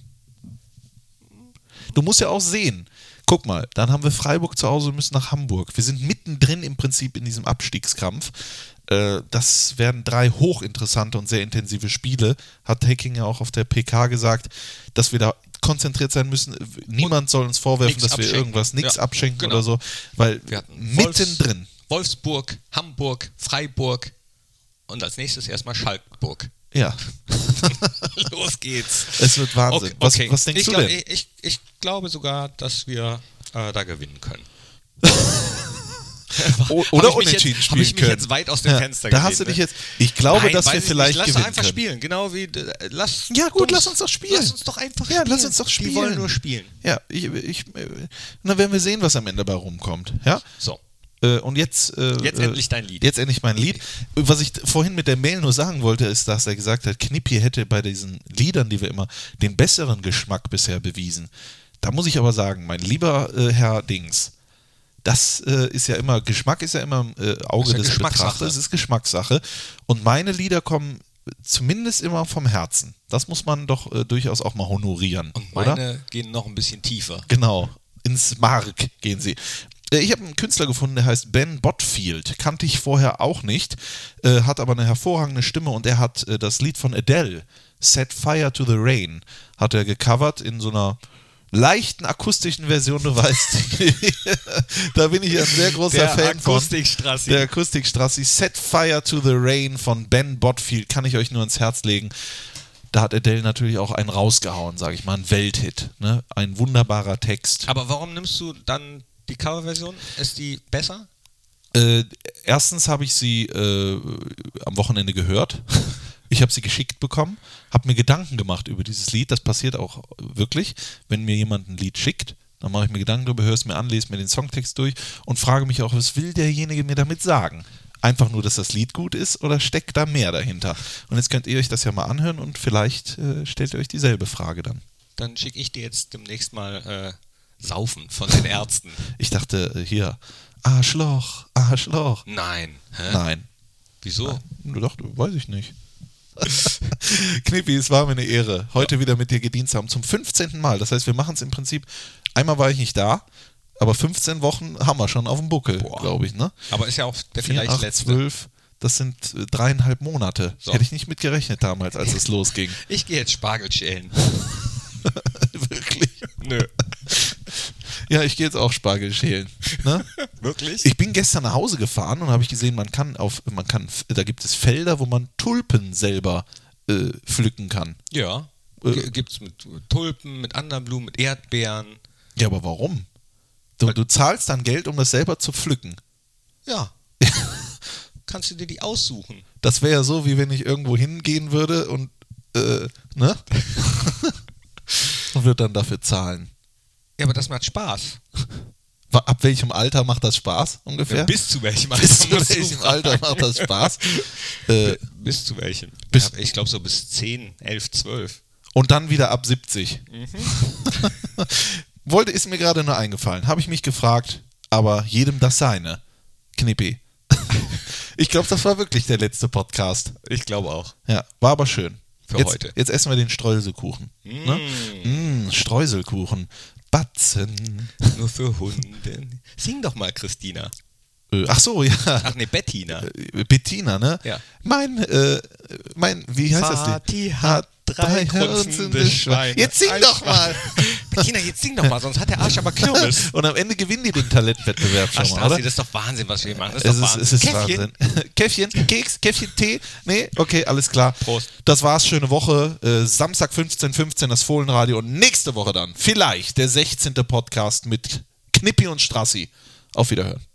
Du musst ja auch sehen. Guck mal, dann haben wir Freiburg zu Hause und müssen nach Hamburg. Wir sind mittendrin im Prinzip in diesem Abstiegskampf. Äh, Das werden drei hochinteressante und sehr intensive Spiele, hat Hacking ja auch auf der PK gesagt, dass wir da konzentriert sein müssen. Niemand soll uns vorwerfen,
nix
dass wir
abschenken.
irgendwas nichts
Ja,
abschenken
genau.
oder so, weil
Wir hatten
mittendrin.
Wolfs, Wolfsburg, Hamburg, Freiburg und als nächstes erstmal Schalkburg.
Ja,
Los geht's.
es wird Wahnsinn.
Okay,
Was,
okay.
was denkst
ich
du
glaub-
denn?
Ich, ich, ich glaube sogar, dass wir äh, da gewinnen können.
O-
Hab
oder
ich mich
unentschieden
jetzt,
spielen
Habe ich mich
können.
jetzt weit aus dem
Ja,
Fenster
Da
gelehnt,
hast du dich
ne?
jetzt. Ich glaube,
Nein,
dass
weiß
wir
ich nicht.
vielleicht
lass
gewinnen
einfach
können.
spielen, genau wie äh, lass
Ja, gut,
dummes-
lass uns doch spielen.
Lass uns doch einfach
Ja,
spielen.
lass uns doch spielen.
Die wollen nur spielen.
Ja, ich, ich, äh, und dann werden wir sehen, was am Ende bei rumkommt. Ja.
So.
Äh, Und jetzt. äh,
Jetzt
äh,
endlich dein Lied.
Jetzt endlich mein Lied. Was ich vorhin mit der Mail nur sagen wollte, ist, dass er gesagt hat, Knippi hätte bei diesen Liedern, die wir immer, den besseren Geschmack bisher bewiesen. Da muss ich aber sagen, mein lieber äh, Herr Dings, das äh, ist ja immer, Geschmack ist ja immer im äh, Auge
Ist ja
des
Geschmackssache.
Betrachters, es ist Geschmackssache. Und meine Lieder kommen zumindest immer vom Herzen. Das muss man doch äh, durchaus auch mal honorieren.
Und
oder?
meine gehen noch ein bisschen tiefer.
Genau, ins Mark gehen sie. Äh, Ich habe einen Künstler gefunden, der heißt Ben Botfield. Kannte ich vorher auch nicht, äh, hat aber eine hervorragende Stimme und er hat äh, das Lied von Adele, Set Fire to the Rain, hat er gecovert in so einer leichten akustischen Version, du weißt. da bin ich ein sehr großer
Der
Fan von.
Akustikstrassi.
Der Akustikstrassi. Set Fire to the Rain von Ben Botfield kann ich euch nur ins Herz legen da hat Adele natürlich auch einen rausgehauen, sage ich mal, einen Welthit. Ne? Ein wunderbarer Text.
Aber warum nimmst du dann die Coverversion? Ist die besser?
Äh, erstens habe ich sie äh, am Wochenende gehört. Ich habe sie geschickt bekommen, habe mir Gedanken gemacht über dieses Lied. Das passiert auch wirklich, wenn mir jemand ein Lied schickt. Dann mache ich mir Gedanken darüber, höre es mir an, lese mir den Songtext durch und frage mich auch, was will derjenige mir damit sagen? Einfach nur, dass das Lied gut ist oder steckt da mehr dahinter? Und jetzt könnt ihr euch das ja mal anhören und vielleicht äh, stellt ihr euch dieselbe Frage dann.
Dann schicke ich dir jetzt demnächst mal äh, Saufen von den Ärzten.
Ich dachte, äh, hier, Arschloch, Arschloch.
Nein. Hä?
Nein.
Wieso?
Du dachtest, weiß ich nicht. Knippi, es war mir eine Ehre, heute wieder mit dir gedient zu haben. Zum 15. Mal. Das heißt, wir machen es im Prinzip, einmal war ich nicht da, aber 15 Wochen haben wir schon auf dem Buckel, glaube ich. Ne?
Aber ist ja auch der
Vier,
vielleicht
acht,
letzte.
zwölf, das sind äh, dreieinhalb Monate.
So.
Hätte ich nicht mit gerechnet damals, als es losging.
Ich gehe jetzt Spargel schälen.
Wirklich.
Nö.
Ja, ich gehe jetzt auch Spargel schälen. Ne?
Wirklich?
Ich bin gestern nach Hause gefahren und habe ich gesehen, man kann auf, man kann, da gibt es Felder, wo man Tulpen selber äh, pflücken kann.
ja.
Äh.
G- Gibt's mit Tulpen, mit anderen Blumen, mit Erdbeeren.
Ja, aber warum? Du, du zahlst dann Geld, um das selber zu pflücken.
Ja. Kannst du dir die aussuchen?
Das wäre ja so, wie wenn ich irgendwo hingehen würde und äh, ne? und würde dann dafür zahlen.
Ja, aber das macht Spaß.
Wa- Ab welchem Alter macht das Spaß ungefähr?
Äh, Bis zu welchem
Bis zu
musst du
welchem
fragen.
Alter macht das Spaß? äh,
Bis zu welchem?
Bis-
ich glaube so bis 10, 11, 12.
Und dann wieder ab 70. Mhm. Wollte, ist mir gerade nur eingefallen. Habe ich mich gefragt, aber jedem das seine. Knippi. ich glaube, das war wirklich der letzte Podcast.
Ich glaube auch.
Ja, war aber schön.
Für
jetzt,
heute.
Jetzt essen wir den Streuselkuchen. Ne? Mm, Streuselkuchen. Batzen.
Nur für Hunde. Sing doch mal, Christina.
Äh, Ach so, ja.
Ach nee, Bettina.
Äh, Bettina, ne?
Ja.
Mein, äh, mein, wie heißt das
Vati
Lied?
hat drei grunzende Schweine.
Jetzt sing
Ein
doch
Schwein.
mal.
Bettina, jetzt sing doch mal, sonst hat der Arsch aber Kürbis.
Und am Ende gewinnen die den Talentwettbewerb schon
Ach,
mal, oder?
Stasi, das ist doch Wahnsinn, was wir hier machen. Das
Es
ist,
ist,
doch
es ist
Käffchen.
Wahnsinn. Käffchen, Keks, Käffchen, Tee. Nee, okay, alles klar.
Prost.
Das war's, schöne Woche. Äh, Samstag 15.15 das Fohlenradio und nächste Woche dann vielleicht der 16. Podcast mit Knippi und Strassi. Auf Wiederhören.